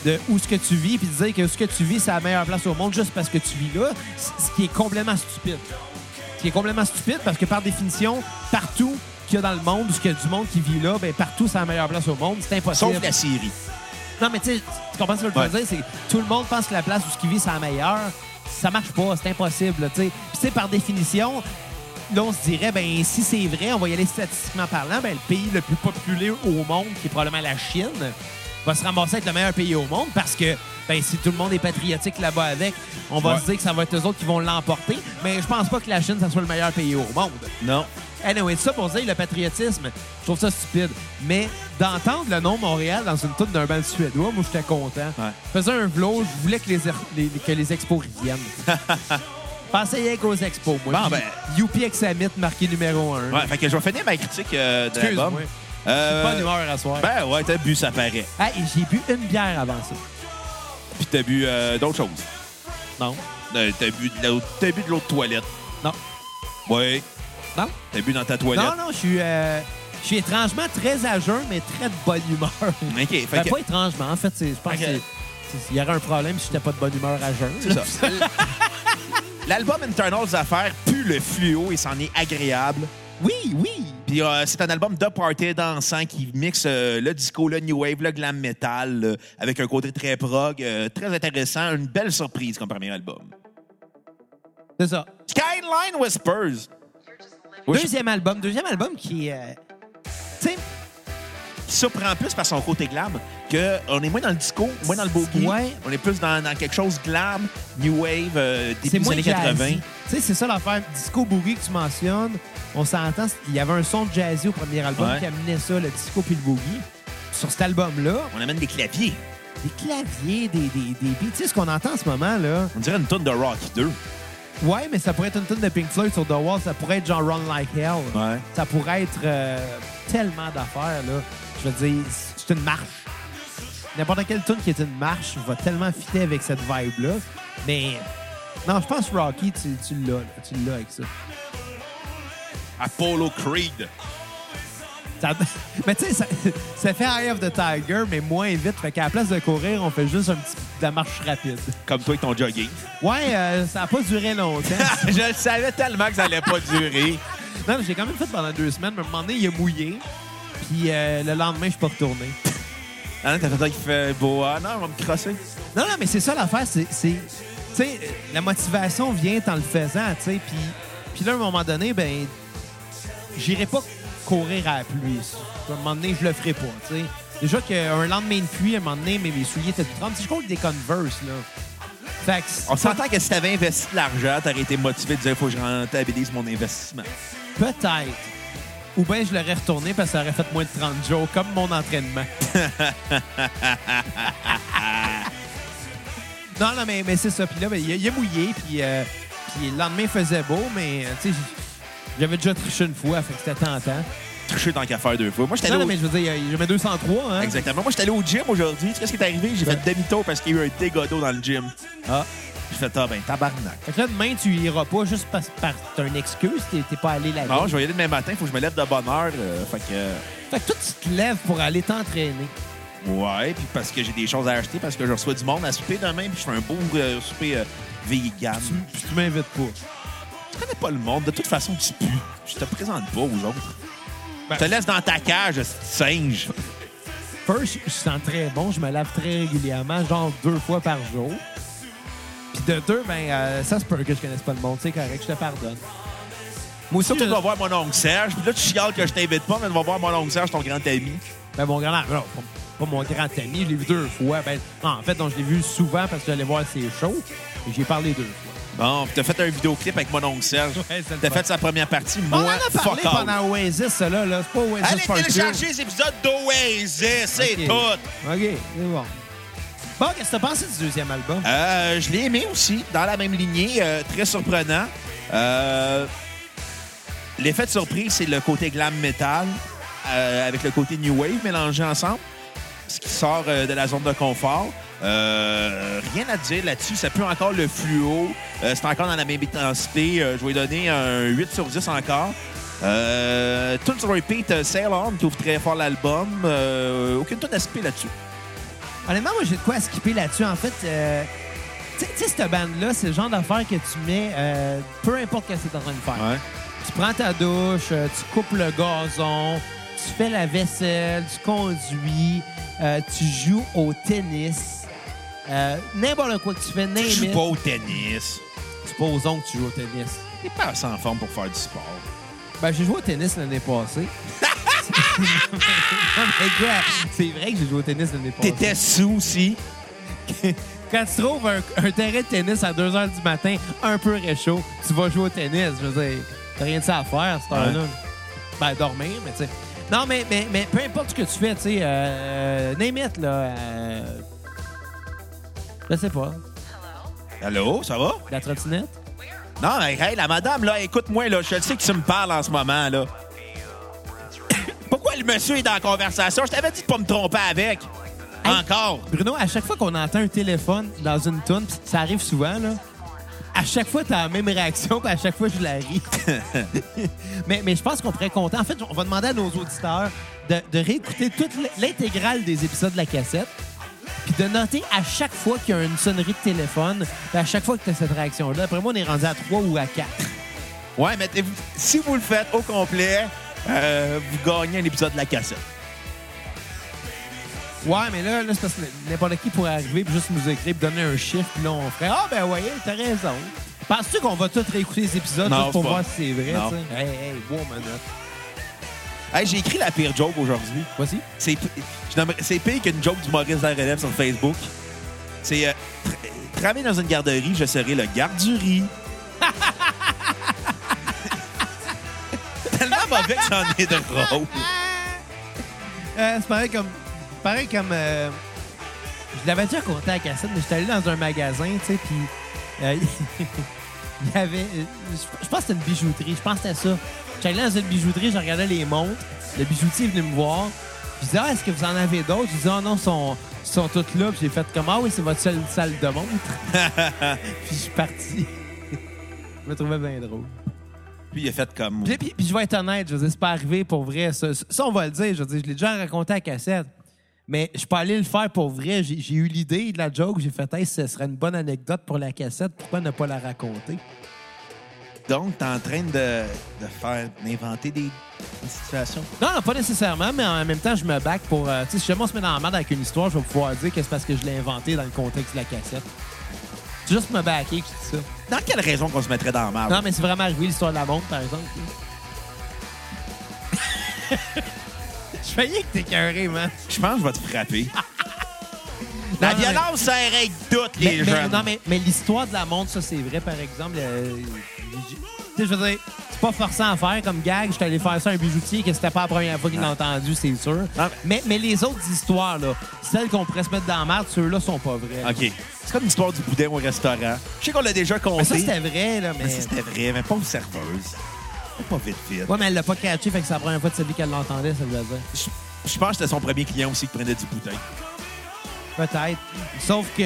[SPEAKER 1] de où ce que tu vis, puis de dire que ce que tu vis, c'est la meilleure place au monde juste parce que tu vis là, c- ce qui est complètement stupide. Ce qui est complètement stupide parce que par définition, partout qu'il y a dans le monde, où ce qu'il y a du monde qui vit là, ben partout, c'est la meilleure place au monde. C'est impossible.
[SPEAKER 3] Sauf la Syrie.
[SPEAKER 1] Non, mais tu sais, tu comprends ce que je veux
[SPEAKER 3] Ouais.
[SPEAKER 1] dire? C'est que tout le monde pense que la place où ce qu'il vit, c'est la meilleure. Ça marche pas, c'est impossible, là, tu sais. Puis, tu sais, par définition, là, on se dirait, ben si c'est vrai, on va y aller statistiquement parlant, ben le pays le plus populé au monde, qui est probablement la Chine, va se ramasser être le meilleur pays au monde parce que, ben si tout le monde est patriotique là-bas avec, on va
[SPEAKER 3] Ouais.
[SPEAKER 1] se dire que ça va être eux autres qui vont l'emporter. Mais je pense pas que la Chine, ça soit le meilleur pays au monde.
[SPEAKER 3] Non.
[SPEAKER 1] Anyway, ça pour dire le patriotisme, je trouve ça stupide. Mais d'entendre le nom Montréal dans une toute d'un band suédois, moi, j'étais content.
[SPEAKER 3] Ouais.
[SPEAKER 1] Je faisais un vlog, je voulais que les, er- les- que les expos reviennent. Pensez rien qu'aux expos, moi.
[SPEAKER 3] Bon, ben.
[SPEAKER 1] Youpi Examit, marqué numéro 1.
[SPEAKER 3] Ouais, fait que je vais finir ma critique euh, de
[SPEAKER 1] Excuse-moi.
[SPEAKER 3] l'album.
[SPEAKER 1] Bonne
[SPEAKER 3] Euh,
[SPEAKER 1] humeur à soir.
[SPEAKER 3] ben ouais, t'as bu, ça paraît.
[SPEAKER 1] Ah, et j'ai bu une bière avant ça.
[SPEAKER 3] Puis t'as bu euh, d'autres choses.
[SPEAKER 1] Non.
[SPEAKER 3] Euh, t'as bu de l'autre- t'as bu de l'autre toilette.
[SPEAKER 1] Non.
[SPEAKER 3] Oui.
[SPEAKER 1] Non?
[SPEAKER 3] T'as bu dans ta toilette.
[SPEAKER 1] Non, non, je suis... euh, je suis étrangement très à jeun, mais très de bonne humeur.
[SPEAKER 3] OK. Fait
[SPEAKER 1] Ben,
[SPEAKER 3] que-
[SPEAKER 1] Pas étrangement, en fait, c'est- je pense
[SPEAKER 3] Ok.
[SPEAKER 1] que c'est- c'est- il y aurait un problème si j'étais pas de bonne humeur à jeun.
[SPEAKER 3] C'est ça. L'album Internals Affaires pue le fluo et c'en est agréable.
[SPEAKER 1] Oui, oui.
[SPEAKER 3] Puis euh, c'est un album de party dansant qui mixe euh, le disco, le new wave, le glam metal euh, avec un côté très prog, euh, très intéressant, une belle surprise comme premier album.
[SPEAKER 1] C'est ça.
[SPEAKER 3] Skyline Whispers. Oui, je-
[SPEAKER 1] Deuxième album. Deuxième album qui est... euh, tu sais,
[SPEAKER 3] qui surprend plus par son côté glam que on est moins dans le disco, moins dans le boogie.
[SPEAKER 1] Ouais.
[SPEAKER 3] On est plus dans, dans quelque chose glam, new wave, euh, début
[SPEAKER 1] c'est
[SPEAKER 3] des
[SPEAKER 1] moins
[SPEAKER 3] années 80.
[SPEAKER 1] jazzy. Tu sais, c'est ça l'affaire. Disco Boogie que tu mentionnes, on s'entend, il y avait un son de jazzy au premier album
[SPEAKER 3] Ouais.
[SPEAKER 1] qui amenait ça, le disco puis le boogie. Sur cet album-là,
[SPEAKER 3] On amène des claviers.
[SPEAKER 1] des claviers, des, des, des beats. Tu sais, ce qu'on entend en ce moment, là...
[SPEAKER 3] On dirait une tonne de rock 2.
[SPEAKER 1] Ouais, mais ça pourrait être une tune de Pink Floyd sur The Wall. Ça pourrait être genre Run Like Hell.
[SPEAKER 3] Ouais.
[SPEAKER 1] Ça pourrait être euh, tellement d'affaires, là. Je veux dire, c'est une marche. N'importe quelle tune qui est une marche va tellement fitter avec cette vibe-là. Mais non, je pense que Rocky, tu, tu l'as. là. Tu l'as avec ça.
[SPEAKER 3] Apollo Creed.
[SPEAKER 1] Ça- mais tu sais, ça, ça fait Eye of the Tiger, mais moins vite. Fait qu'à la place de courir, on fait juste un petit, de la marche rapide.
[SPEAKER 3] Comme toi avec ton jogging.
[SPEAKER 1] Ouais, euh, ça n'a pas duré longtemps.
[SPEAKER 3] je le savais tellement que ça allait pas durer.
[SPEAKER 1] Non, mais j'ai quand même fait pendant deux semaines. Mais à un moment donné, il a mouillé. Puis euh, le lendemain, je suis pas retourné.
[SPEAKER 3] Ah non, t'as fait ça qui fait beau. Ah non, on va me crosser.
[SPEAKER 1] Non, non, mais c'est ça l'affaire. C'est, c'est- tu sais, euh, la motivation vient en le faisant, tu sais. Puis, puis là, à un moment donné, ben, j'irai pas courir à la pluie. À un moment donné, je le ferai pas, tu sais. Déjà qu'un lendemain de pluie, à un moment donné, mes, mes souliers étaient tout trempés. Tu sais, Je cours avec des Converse, là. Fait que
[SPEAKER 3] On s'entend que si t'avais investi de l'argent, t'aurais été motivé de dire faut que je rentabilise mon investissement.
[SPEAKER 1] peut-être. Ou bien je l'aurais retourné parce que ça aurait fait moins de 30 jours, comme mon entraînement. non, non, mais, mais c'est ça. Puis là, ben, il, a, il a mouillé, puis, euh, puis le lendemain, il faisait beau, mais euh, tu sais, j'avais déjà triché une fois, fait que c'était tentant.
[SPEAKER 3] Tricher tant qu'à faire deux fois. Moi, j'étais
[SPEAKER 1] Non, non,
[SPEAKER 3] allé au-
[SPEAKER 1] mais je veux dire, je mets 203, hein?
[SPEAKER 3] Exactement. Moi, j'étais allé au gym aujourd'hui. Tu sais ce qui est arrivé? J'ai fait demi-tour parce qu'il y a eu un dégât d'eau dans le gym.
[SPEAKER 1] Ah.
[SPEAKER 3] J'ai fait, ah ben, tabarnak.
[SPEAKER 1] Fait que là, demain, tu iras pas juste parce que t'as une excuse, t'es t'es pas allé la
[SPEAKER 3] Non,
[SPEAKER 1] veille.
[SPEAKER 3] je vais y aller demain matin. Faut que je me lève de bonne heure. euh, fait que, euh,
[SPEAKER 1] Fait que toi, tu te lèves pour aller t'entraîner.
[SPEAKER 3] ouais. Puis parce que j'ai des choses à acheter, parce que je reçois du monde à souper demain. Puis je fais un beau euh, souper euh, vegan.
[SPEAKER 1] Tu, tu m'invites pas.
[SPEAKER 3] Tu connais pas le monde. De toute façon, tu pues. Je te présente pas aux autres.
[SPEAKER 1] Ben,
[SPEAKER 3] Je te laisse dans ta cage, ce petit singe.
[SPEAKER 1] First, je sens très bon. Je me lave très régulièrement, genre deux fois par jour. Puis de deux, ben, euh, ça se peut que je connaisse pas le monde. C'est correct, je te pardonne. Moi aussi,
[SPEAKER 3] Surtout, tu
[SPEAKER 1] je-
[SPEAKER 3] vas voir mon oncle Serge. Puis là, tu chiales que je t'invite pas, mais tu vas voir mon oncle Serge, ton grand ami.
[SPEAKER 1] ben, mon grand non, pas, pas mon grand ami, je l'ai vu deux fois. Ben, en fait, donc, je l'ai vu souvent parce que j'allais voir ses shows. Et j'ai parlé deux fois.
[SPEAKER 3] Bon, puis t'as fait un vidéoclip avec mon oncle Serge.
[SPEAKER 1] Ouais, c'est le
[SPEAKER 3] t'as
[SPEAKER 1] fun.
[SPEAKER 3] fait sa première partie.
[SPEAKER 1] On
[SPEAKER 3] Moi,
[SPEAKER 1] en a parlé
[SPEAKER 3] fuck all.
[SPEAKER 1] pendant Oasis, ça, là. là. C'est pas Oasis
[SPEAKER 3] Allez
[SPEAKER 1] Part Two.
[SPEAKER 3] télécharger les épisodes d'Oasis, c'est
[SPEAKER 1] OK.
[SPEAKER 3] tout.
[SPEAKER 1] OK, c'est bon. Bon, qu'est-ce que t'as pensé du deuxième album?
[SPEAKER 3] Euh, je l'ai aimé aussi, dans la même lignée, euh, très surprenant. Euh, L'effet de surprise, c'est le côté glam metal euh, avec le côté new wave mélangé ensemble, ce qui sort euh, de la zone de confort. Euh, rien à dire là-dessus, ça pue encore le fluo, Euh, c'est encore dans la même intensité. Euh, je vais lui donner un 8 sur 10 encore. Euh, tune sur repeat, euh, Sail On, qui ouvre très fort l'album. Euh, aucune tonne à skipper là-dessus.
[SPEAKER 1] Honnêtement, moi, j'ai de quoi skipper là-dessus. En fait, euh, tu sais- tu sais, cette bande-là, c'est le genre d'affaire que tu mets, euh, peu importe ce que tu en train de faire. Tu prends ta douche, euh, tu coupes le gazon, tu fais la vaisselle, tu conduis, euh, tu joues au tennis. Euh, n'importe quoi que tu fais,
[SPEAKER 3] Je
[SPEAKER 1] n'importe
[SPEAKER 3] joue pas au tennis.
[SPEAKER 1] Supposons que tu joues au tennis.
[SPEAKER 3] T'es pas assez en forme pour faire du sport.
[SPEAKER 1] Ben, j'ai joué au tennis l'année passée. Non, mais quoi? C'est vrai que j'ai joué au tennis l'année passée.
[SPEAKER 3] T'étais sous aussi.
[SPEAKER 1] Quand tu trouves un, un terrain de tennis à 2 h du matin, un peu réchaud, tu vas jouer au tennis. Je veux dire, t'as rien de ça à faire à cette heure-là.
[SPEAKER 3] Ouais.
[SPEAKER 1] Ben, dormir, mais tu sais. Non, mais, mais, mais peu importe ce que tu fais, tu sais, euh, name it, là. euh, je sais pas.
[SPEAKER 3] Allô, ça va?
[SPEAKER 1] La trottinette?
[SPEAKER 3] Non, mais hey, la madame, là, écoute-moi, là, je le sais que tu me parles en ce moment, là. Pourquoi le monsieur est dans la conversation? Je t'avais dit de pas me tromper avec. Encore.
[SPEAKER 1] Bruno, à chaque fois qu'on entend un téléphone dans une toune, pis ça arrive souvent, là, à chaque fois, t'as la même réaction, puis à chaque fois, je la ris. mais, mais je pense qu'on pourrait compter. En fait, on va demander à nos auditeurs de, de réécouter toute l'intégrale des épisodes de la cassette, puis de noter à chaque fois qu'il y a une sonnerie de téléphone, puis à chaque fois que t'as cette réaction-là. Après moi, on est rendu à 3 ou à 4.
[SPEAKER 3] Ouais, mais t'es- si vous le faites au complet, euh, vous gagnez un épisode de la cassette.
[SPEAKER 1] Ouais, mais là, là c'est parce que n'importe qui pourrait arriver puis juste nous écrire, puis donner un chiffre, puis là, on ferait Ah, ben voyez, t'as raison. Penses-tu qu'on va tous réécouter les épisodes
[SPEAKER 3] Non,
[SPEAKER 1] juste pour
[SPEAKER 3] c'est pas-
[SPEAKER 1] voir si c'est vrai,
[SPEAKER 3] Non.
[SPEAKER 1] tu sais? Hey, hey, wow, man.
[SPEAKER 3] Hey, j'ai écrit la pire joke aujourd'hui.
[SPEAKER 1] Voici.
[SPEAKER 3] C'est p- je nommerais- c'est pire qu'une joke du Maurice de la relève sur Facebook. C'est euh, tra- travailler dans une garderie, je serai le garde du riz. Tellement mauvais que j'en ai de drôle.
[SPEAKER 1] Euh, c'est pareil comme. Pareil comme. euh, je l'avais déjà compté à la cassette, mais j'étais allé dans un magasin, tu sais, puis. euh, il y avait. euh, Je je pense que c'était une bijouterie, je pense que c'était ça. J'étais allé dans une bijouterie, je regardais les montres. Le bijoutier est venu me voir. Je disais, ah, est-ce que vous en avez d'autres? Je disais, ah non, ils sont, ils sont toutes là. Puis j'ai fait comme, ah oui, c'est votre seule salle de montres. puis je suis parti. je me trouvais bien drôle.
[SPEAKER 3] Puis il a fait comme.
[SPEAKER 1] Puis, puis- puis je vais être honnête, je veux dire, c'est pas arrivé pour vrai. Ça, ça, ça, on va le dire. Je veux dire, je l'ai déjà raconté à cassette. Mais je suis pas allé le faire pour vrai. J'ai j'ai eu l'idée de la joke. J'ai fait, hey, ce serait une bonne anecdote pour la cassette. Pourquoi ne pas la raconter?
[SPEAKER 3] Donc, t'es en train de, de faire d'inventer des, des situations.
[SPEAKER 1] Non, non, pas nécessairement, mais en même temps, je me back pour. euh, tu sais, si jamais on se met dans la merde avec une histoire, je vais pouvoir dire que c'est parce que je l'ai inventé dans le contexte de la cassette. C'est juste me backer que je dis ça.
[SPEAKER 3] Dans quelle raison qu'on se mettrait dans la marde?
[SPEAKER 1] Non, mais c'est vraiment arrivé l'histoire de la montre, par exemple. je faillis que t'es carré, man.
[SPEAKER 3] Je pense que je vais te frapper. La
[SPEAKER 1] Non, non, mais-
[SPEAKER 3] violence, ça règle toutes les
[SPEAKER 1] mais, mais-
[SPEAKER 3] jeunes.
[SPEAKER 1] non, mais, mais l'histoire de la montre, ça, c'est vrai, par exemple. euh, j- tu sais, je veux dire, c'est pas forçant à faire comme gag. Je suis allé faire ça à un bijoutier que c'était pas la première fois qu'il
[SPEAKER 3] Ah.
[SPEAKER 1] l'a entendu, c'est sûr.
[SPEAKER 3] mais-
[SPEAKER 1] mais, mais les autres histoires, là, celles qu'on pourrait se mettre dans la merde, ceux-là sont pas vraies.
[SPEAKER 3] OK. C'est comme l'histoire du boudin au restaurant. Je sais qu'on l'a déjà compté.
[SPEAKER 1] Mais ça, c'était vrai, là, mais.
[SPEAKER 3] Mais ça, c'était vrai, mais pas aux serveuses. Pas vite, vite.
[SPEAKER 1] Ouais, mais elle l'a pas catché, fait que c'est la première fois de sa vie qu'elle l'entendait, ça veut dire.
[SPEAKER 3] Je, je pense que c'était son premier client aussi qui prenait du boudin.
[SPEAKER 1] Peut-être. Sauf que.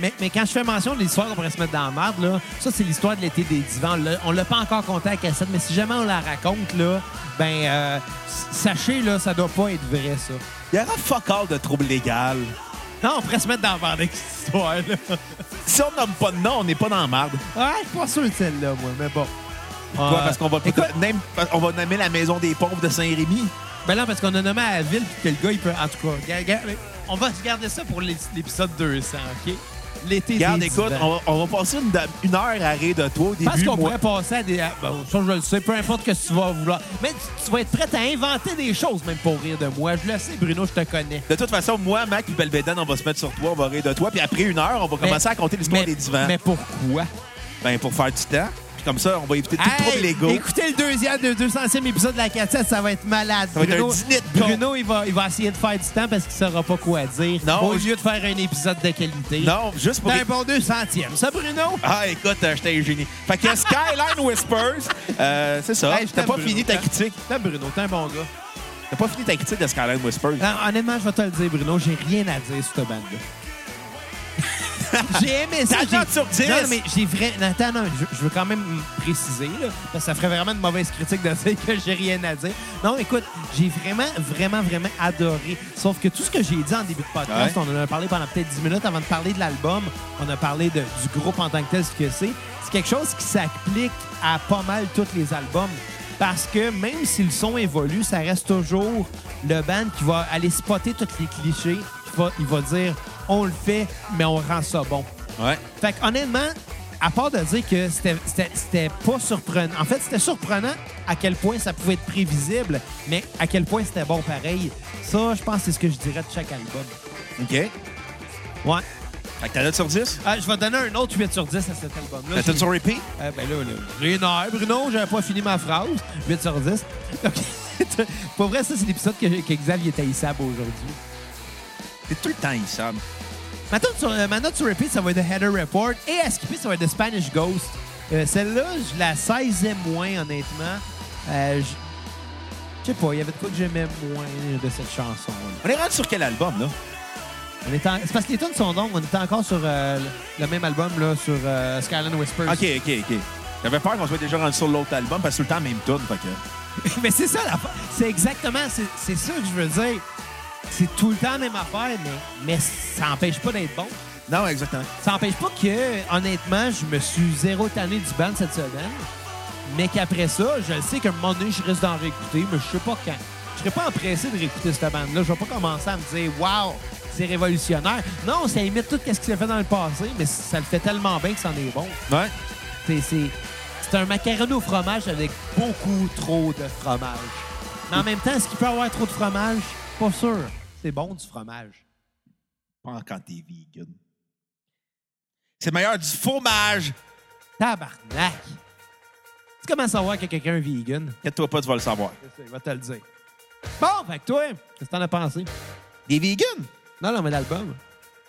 [SPEAKER 1] Mais, mais quand je fais mention de l'histoire qu'on pourrait se mettre dans la merde, là, ça, c'est l'histoire de l'été des divans. On l'a- On l'a pas encore compté à la cassette, mais si jamais on la raconte, là, ben, euh, s- sachez, là, ça doit pas être vrai, ça.
[SPEAKER 3] Il y aura fuck all de troubles légaux.
[SPEAKER 1] Non, on pourrait se mettre dans la merde avec cette histoire-là.
[SPEAKER 3] Si on nomme pas de nom, on n'est pas dans la marde.
[SPEAKER 1] Ouais, je suis pas sûr de celle-là, moi, mais bon.
[SPEAKER 3] Pourquoi?
[SPEAKER 1] Euh,
[SPEAKER 3] parce qu'on va,
[SPEAKER 1] écoute,
[SPEAKER 3] même- on va nommer la maison des pauvres de Saint-Rémy.
[SPEAKER 1] Ben non, parce qu'on a nommé à la ville, puis que le gars, il peut. En tout cas, ga- ga- on va se garder ça pour l'é- l'épisode 200, OK? L'été
[SPEAKER 3] Regarde,
[SPEAKER 1] des
[SPEAKER 3] écoute,
[SPEAKER 1] divans.
[SPEAKER 3] on va, on va passer une, dame- une heure à rire de toi au début.
[SPEAKER 1] Parce qu'on
[SPEAKER 3] moi.
[SPEAKER 1] pourrait passer à des. à- ben, ça, je le sais, peu importe que tu vas vouloir. Mais tu, tu vas être prêt à inventer des choses, même pour rire de moi. Je le sais, Bruno, je te connais.
[SPEAKER 3] De toute façon, moi, Mac et Belvédène, on va se mettre sur toi, on va rire de toi. Puis après une heure, on va commencer à compter l'histoire
[SPEAKER 1] mais-
[SPEAKER 3] des divans.
[SPEAKER 1] Mais pourquoi?
[SPEAKER 3] Ben, pour faire du temps. Puis comme ça, on va éviter tout trouble
[SPEAKER 1] Hey,
[SPEAKER 3] légaux.
[SPEAKER 1] écoutez le deuxième, le 200e épisode de la cassette, ça va être malade.
[SPEAKER 3] Ça va être
[SPEAKER 1] Bruno,
[SPEAKER 3] un dîner de con.
[SPEAKER 1] Bruno il, va, il va essayer de faire du temps parce qu'il saura pas quoi dire.
[SPEAKER 3] Non,
[SPEAKER 1] Au
[SPEAKER 3] je-
[SPEAKER 1] lieu de faire un épisode de qualité.
[SPEAKER 3] Non, juste pour.
[SPEAKER 1] T'as un bon 200e, ça, Bruno?
[SPEAKER 3] Ah, écoute, euh, j'étais un génie. Fait que Skyline Whispers, euh, c'est ça.
[SPEAKER 1] Hey, je
[SPEAKER 3] t'as
[SPEAKER 1] t'aime,
[SPEAKER 3] pas
[SPEAKER 1] Bruno. Hein?
[SPEAKER 3] fini ta critique.
[SPEAKER 1] T'as Bruno, t'es un bon gars.
[SPEAKER 3] T'as pas fini ta critique
[SPEAKER 1] Ah,
[SPEAKER 3] de Skyline Whispers.
[SPEAKER 1] Non, honnêtement, je vais te le dire, Bruno, j'ai rien à dire sur cette bande-là. J'ai aimé ça.
[SPEAKER 3] T'as
[SPEAKER 1] j'ai-
[SPEAKER 3] sur 10.
[SPEAKER 1] Non, mais j'ai vraiment. Attends, non, je, je veux quand même préciser, là, parce que ça ferait vraiment une mauvaise critique de dire que j'ai rien à dire. Non, écoute, j'ai vraiment, vraiment, vraiment adoré. Sauf que tout ce que j'ai dit en début de podcast,
[SPEAKER 3] Ouais.
[SPEAKER 1] on en a parlé pendant peut-être 10 minutes avant de parler de l'album, on a parlé de- du groupe en tant que tel, ce que c'est. C'est quelque chose qui s'applique à pas mal tous les albums. Parce que même si le son évolue, ça reste toujours le band qui va aller spotter tous les clichés. qui va- il va dire, on le fait, mais on rend ça bon.
[SPEAKER 3] Ouais.
[SPEAKER 1] Fait que, honnêtement, à part de dire que c'était- c'était c'était pas surprenant. En fait, c'était surprenant à quel point ça pouvait être prévisible, mais à quel point c'était bon pareil. Ça, je pense que c'est ce que je dirais de chaque album.
[SPEAKER 3] OK. Fait
[SPEAKER 1] Ouais.
[SPEAKER 3] que ta note sur 10?
[SPEAKER 1] Ah, je vais donner un autre 8 sur 10 à cet album-là.
[SPEAKER 3] Ta note
[SPEAKER 1] J'ai-
[SPEAKER 3] sur repeat?
[SPEAKER 1] Ah, ben là, là, les nerfs, Bruno, j'avais pas fini ma phrase. 8 sur 10. Donc, pour vrai, ça, c'est l'épisode que, que Xav est haïssable aujourd'hui.
[SPEAKER 3] T'es tout le temps insable.
[SPEAKER 1] Ma, tune sur- euh, ma note sur repeat, ça va être The Header Report. Et à skipper, ça va être The Spanish Ghost. Euh, Celle-là, je la saisais moins, honnêtement. Euh, je je sais pas, il y avait de quoi que j'aimais moins de cette chanson.
[SPEAKER 3] On est rendu sur quel album, là?
[SPEAKER 1] C'est parce que les tunes sont longues. On était encore sur euh, le- le même album, là, sur euh, Skyland Whispers.
[SPEAKER 3] OK, OK, OK. J'avais peur qu'on soit déjà rendu sur l'autre album parce que c'est tout le temps la même tune. Fait que...
[SPEAKER 1] mais c'est ça, la... c'est exactement, c'est- c'est ça que je veux dire. C'est tout le temps la même affaire, mais, mais ça n'empêche pas d'être bon.
[SPEAKER 3] Non, exactement.
[SPEAKER 1] Ça n'empêche pas que, honnêtement, je me suis zéro tanné du band cette semaine, mais qu'après ça, je le sais qu'à un moment donné, je risque d'en réécouter, mais je sais pas quand. Je serais pas empressé de réécouter cette bande-là. Je vais pas commencer à me dire « Wow, c'est révolutionnaire ». Non, ça imite tout ce qui s'est fait dans le passé, mais ça le fait tellement bien que c'en est bon.
[SPEAKER 3] Ouais.
[SPEAKER 1] C'est- C'est c'est un macaroni au fromage avec beaucoup trop de fromage. Mais en même temps, est-ce qu'il peut avoir trop de fromage? Pas sûr. C'est bon, du fromage.
[SPEAKER 3] Pas quand t'es vegan. C'est meilleur du fromage.
[SPEAKER 1] Tabarnak! Tu commences à savoir que quelqu'un est vegan?
[SPEAKER 3] Inquiète-toi pas, tu vas le savoir.
[SPEAKER 1] Il va te le dire. Bon, fait que toi, qu'est-ce que t'en as pensé?
[SPEAKER 3] Des vegans?
[SPEAKER 1] Non, non, mais l'album.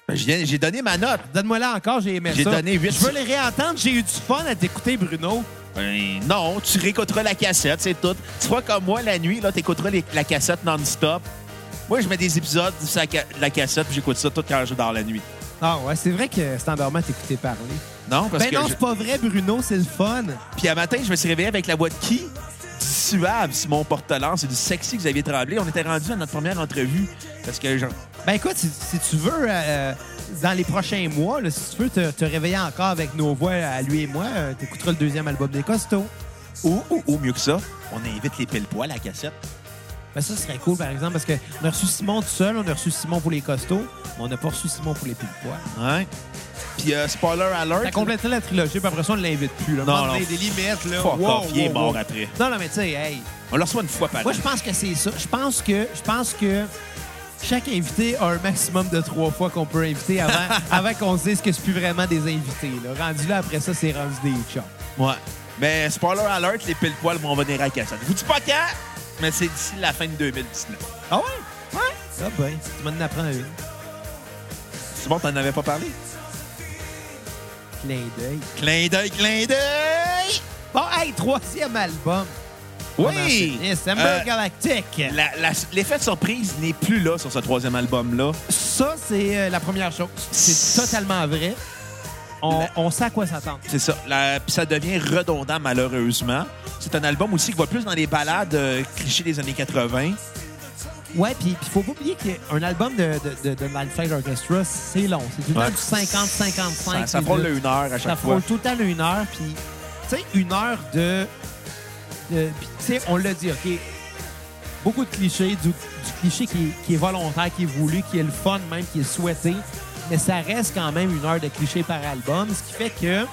[SPEAKER 3] Ben, j'ai j'ai donné ma note.
[SPEAKER 1] Donne-moi là encore, j'ai aimé
[SPEAKER 3] J'ai
[SPEAKER 1] ça.
[SPEAKER 3] donné huit
[SPEAKER 1] Je veux
[SPEAKER 3] sur-
[SPEAKER 1] les réentendre, j'ai eu du fun à t'écouter, Bruno.
[SPEAKER 3] Ben, non, tu réécouteras la cassette, c'est tout. Tu vois, comme moi, la nuit, là, t'écouteras les- la cassette non-stop. Moi, je mets des épisodes sur la ca- de la cassette, puis j'écoute ça tout quand je dors la nuit.
[SPEAKER 1] Ah ouais, c'est vrai que c'est endormant t'écouter parler.
[SPEAKER 3] Non, parce
[SPEAKER 1] ben
[SPEAKER 3] que...
[SPEAKER 1] non,
[SPEAKER 3] je-
[SPEAKER 1] c'est pas vrai, Bruno, c'est le fun.
[SPEAKER 3] Puis à matin, je me suis réveillé avec la voix de qui? Du suave, Simon Portelance et du sexy Xavier Tremblay. On était rendu à notre première entrevue parce que genre,
[SPEAKER 1] Ben écoute, si, si tu veux, euh, dans les prochains mois, là, si tu veux te, te réveiller encore avec nos voix à lui et moi, euh, t'écouteras le deuxième album des Costauds.
[SPEAKER 3] ou, ou, ou mieux que ça, on invite les pile-poils à la cassette.
[SPEAKER 1] Ben ça serait cool, par exemple, parce qu'on a reçu Simon tout seul, on a reçu Simon pour les costauds, mais on n'a pas reçu Simon pour les pile poils.
[SPEAKER 3] Hein? Puis euh, spoiler alert.
[SPEAKER 1] Ça compléterait la trilogie, puis après ça, on l'invite plus. Là.
[SPEAKER 3] Non,
[SPEAKER 1] Mande
[SPEAKER 3] non.
[SPEAKER 1] Des, des limites, là.
[SPEAKER 3] Fuck off, il est mort
[SPEAKER 1] wow.
[SPEAKER 3] après.
[SPEAKER 1] Non, non, mais tu sais, hey.
[SPEAKER 3] On le reçoit une fois par an.
[SPEAKER 1] Moi, je pense que c'est ça. Je pense que, je pense que chaque invité a un maximum de trois fois qu'on peut inviter avant, avant qu'on se dise que c'est plus vraiment des invités. Là. Rendu là, après ça, c'est rendu des chats.
[SPEAKER 3] Ouais. Mais spoiler alert, les pile-poils vont venir à la cassette. Je vous dis pas quand, mais c'est d'ici la fin de 2019.
[SPEAKER 1] Ah ouais? Ouais? Ah ben, tu m'en apprends une.
[SPEAKER 3] C'est bon, t'en avais pas parlé?
[SPEAKER 1] Clin d'œil.
[SPEAKER 3] Clin d'œil, clin d'œil!
[SPEAKER 1] Bon, hey, troisième album.
[SPEAKER 3] Oui!
[SPEAKER 1] December
[SPEAKER 3] Euh,
[SPEAKER 1] Galactic.
[SPEAKER 3] la- la- L'effet de surprise n'est plus là sur ce troisième album-là.
[SPEAKER 1] Ça, c'est euh, la première chose. C'est totalement vrai. On,
[SPEAKER 3] La-
[SPEAKER 1] on sait à quoi s'attendre.
[SPEAKER 3] C'est ça. La- puis ça devient redondant, malheureusement. C'est un album aussi qui va plus dans les balades euh, clichés des années 80.
[SPEAKER 1] Ouais, puis il faut pas oublier qu'un album de, de, de, de Mad Flag Orchestra, c'est long. C'est tout le
[SPEAKER 3] Ouais.
[SPEAKER 1] temps du 50-55.
[SPEAKER 3] Ça, ça
[SPEAKER 1] minutes.
[SPEAKER 3] frôle le une heure à
[SPEAKER 1] Ça
[SPEAKER 3] chaque fois.
[SPEAKER 1] frôle tout le temps le une heure. Puis, tu sais, une heure de. de- puis, tu sais, on l'a dit, OK. Beaucoup de clichés, du, du cliché qui, qui est volontaire, qui est voulu, qui est le fun même, qui est souhaité. Mais ça reste quand même une heure de clichés par album, ce qui fait que.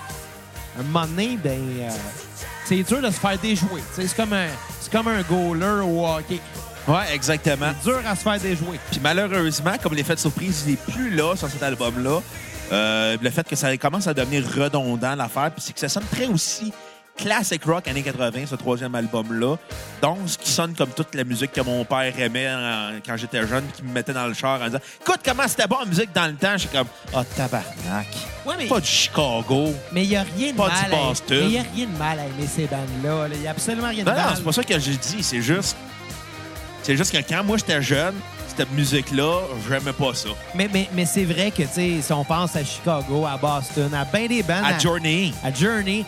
[SPEAKER 1] un moment donné, ben, euh, c'est dur de se faire déjouer. Tu sais, C'est comme, un- c'est comme un goaler au hockey.
[SPEAKER 3] Ouais, exactement.
[SPEAKER 1] C'est dur à se faire déjouer.
[SPEAKER 3] Puis malheureusement, comme l'effet de surprise n'est plus là sur cet album-là, euh, le fait que ça commence à devenir redondant l'affaire, puis c'est que ça sonne très aussi classic rock années 80, ce troisième album-là. Donc, ce qui sonne comme toute la musique que mon père aimait euh, quand j'étais jeune, qui me mettait dans le char en disant Écoute, comment c'était bon la musique dans le temps? Je suis comme Ah, tabarnak.
[SPEAKER 1] Ouais, mais-
[SPEAKER 3] Pas du Chicago.
[SPEAKER 1] Mais il n'y a rien de
[SPEAKER 3] Pas
[SPEAKER 1] mal.
[SPEAKER 3] du
[SPEAKER 1] à-
[SPEAKER 3] Boston.
[SPEAKER 1] mais y a rien de mal à aimer ces bandes-là. Il n'y a absolument rien de
[SPEAKER 3] Non, non,
[SPEAKER 1] mal.
[SPEAKER 3] c'est pas ça que j'ai dit. C'est juste. C'est juste que quand moi j'étais jeune, cette musique-là, j'aimais pas ça.
[SPEAKER 1] Mais, mais, mais c'est vrai que, tu sais, si on pense à Chicago, à Boston, à bien des bandes,
[SPEAKER 3] À Journey.
[SPEAKER 1] à Journey,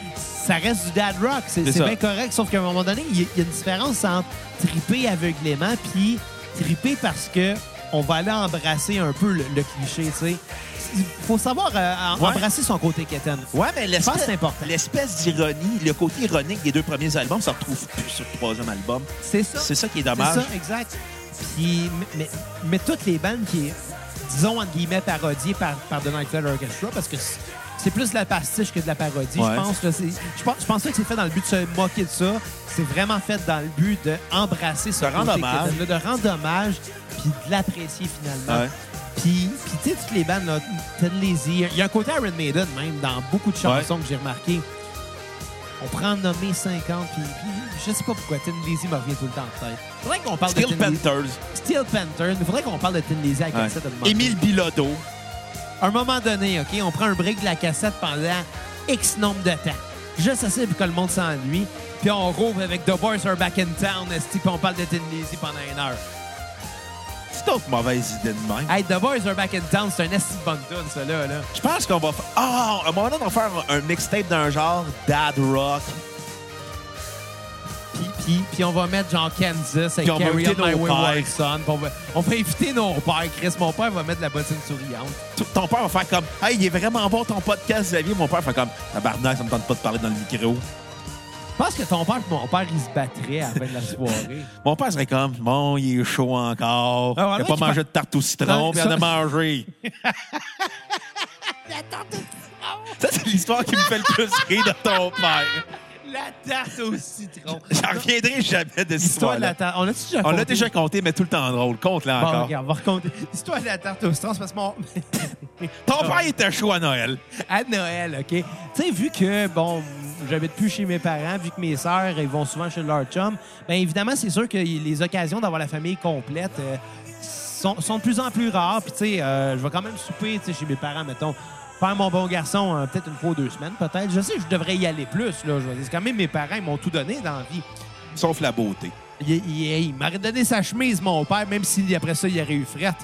[SPEAKER 1] ça reste du dad rock. C'est
[SPEAKER 3] C'est
[SPEAKER 1] c'est
[SPEAKER 3] ça.
[SPEAKER 1] bien correct, sauf qu'à un moment donné, il y, a- il y a une différence entre triper aveuglément puis triper parce que on va aller embrasser un peu le, le cliché, tu sais. Il faut savoir euh, en-
[SPEAKER 3] Ouais.
[SPEAKER 1] embrasser son côté quétaine.
[SPEAKER 3] Ouais, mais
[SPEAKER 1] Je pense que c'est important.
[SPEAKER 3] l'espèce d'ironie, le côté ironique des deux premiers albums, ça ne retrouve plus sur le troisième album.
[SPEAKER 1] C'est ça.
[SPEAKER 3] C'est ça qui est
[SPEAKER 1] C'est
[SPEAKER 3] dommage.
[SPEAKER 1] ça, exact. Puis, mais- mais, mais toutes les bandes qui, disons, entre guillemets, parodiées par, par The Nightfall Orchestra, parce que c'est- c'est plus de la pastiche que de la parodie,
[SPEAKER 3] Ouais.
[SPEAKER 1] je pense. là, c'est- Je pense, je pense pas que c'est fait dans le but de se moquer de ça. C'est vraiment fait dans le but d'embrasser ce
[SPEAKER 3] De rendre
[SPEAKER 1] côté
[SPEAKER 3] hommage.
[SPEAKER 1] quétaine-là, De rendre hommage, puis de l'apprécier finalement.
[SPEAKER 3] Ouais.
[SPEAKER 1] Puis, puis tu sais, toutes les bandes, là, Ted Lazy, il y a un côté Iron Maiden même dans beaucoup de chansons que j'ai remarqué. On prend en nommer 50, puis, puis je sais pas pourquoi Ted Lazy me revient tout le temps en tête. Faudrait qu'on parle de
[SPEAKER 3] Steel
[SPEAKER 1] Tin Lizzy.
[SPEAKER 3] Panthers.
[SPEAKER 1] Steel Panther. Il faudrait qu'on parle de Tin Lizzy à la
[SPEAKER 3] Ouais.
[SPEAKER 1] cassette. à un moment donné.
[SPEAKER 3] Émile Bilodeau.
[SPEAKER 1] À un moment donné, OK, on prend un break de la cassette pendant X nombre de temps. Juste assez pour que le monde s'ennuie. Puis on rouvre avec The Boys Are Back in Town, esti, puis on parle de Tin Lizzy pendant une heure.
[SPEAKER 3] C'est pas une mauvaise idée de même.
[SPEAKER 1] Hey, The Boys Are Back in Town, c'est un esti de bonne tune, ça, là. là.
[SPEAKER 3] Je pense qu'on va faire. Ah, à un moment donné, on va faire un, un mixtape d'un genre dad rock.
[SPEAKER 1] Puis, puis, puis on va mettre genre Kansas avec
[SPEAKER 3] Puis on va
[SPEAKER 1] Carry On
[SPEAKER 3] inviter
[SPEAKER 1] My
[SPEAKER 3] nos
[SPEAKER 1] Wayward
[SPEAKER 3] pères.
[SPEAKER 1] Son. Puis On va, on va inviter nos pères. Chris, mon père va mettre la bottine souriante.
[SPEAKER 3] Tout- Ton père va faire comme Hey, il est vraiment bon ton podcast, Xavier. Mon père fait comme Tabarnak, ça me tente pas de parler dans le micro.
[SPEAKER 1] Je pense que ton père et mon père, ils se battraient à la fin de la soirée.
[SPEAKER 3] Mon père serait comme Bon, il est chaud encore.
[SPEAKER 1] Ah, voilà,
[SPEAKER 3] il a pas
[SPEAKER 1] tu
[SPEAKER 3] mangé
[SPEAKER 1] par-
[SPEAKER 3] de tarte au citron,
[SPEAKER 1] Ah,
[SPEAKER 3] puis il en a
[SPEAKER 1] ça-
[SPEAKER 3] mangé. Ça, c'est l'histoire qui me fait le plus rire de ton père.
[SPEAKER 1] la tarte au citron.
[SPEAKER 3] J'en reviendrai jamais de cette
[SPEAKER 1] L'histoire de la
[SPEAKER 3] histoire-là.
[SPEAKER 1] tarte. On l'a déjà
[SPEAKER 3] On l'a
[SPEAKER 1] compté?
[SPEAKER 3] déjà compté, mais tout le temps drôle. Compte-la
[SPEAKER 1] Bon,
[SPEAKER 3] encore.
[SPEAKER 1] regarde, on va raconter. L'histoire de la tarte au citron, c'est parce que mon.
[SPEAKER 3] Ton
[SPEAKER 1] Ah.
[SPEAKER 3] père il était chaud à Noël.
[SPEAKER 1] à Noël, OK? Tu sais, vu que, bon, j'habite plus chez mes parents, vu que mes sœurs, ils vont souvent chez leur chum, bien évidemment, c'est sûr que les occasions d'avoir la famille complète euh, sont, sont de plus en plus rares. Puis, tu sais, euh, je vais quand même souper, tu sais, chez mes parents, mettons. Faire mon bon garçon, euh, peut-être une fois ou deux semaines, peut-être. Je sais que je devrais y aller plus, là. Je veux dire, c'est quand même mes parents, ils m'ont tout donné dans la vie.
[SPEAKER 3] Sauf la beauté.
[SPEAKER 1] Il, il- il m'aurait donné sa chemise, mon père, même si après ça, il aurait eu frette.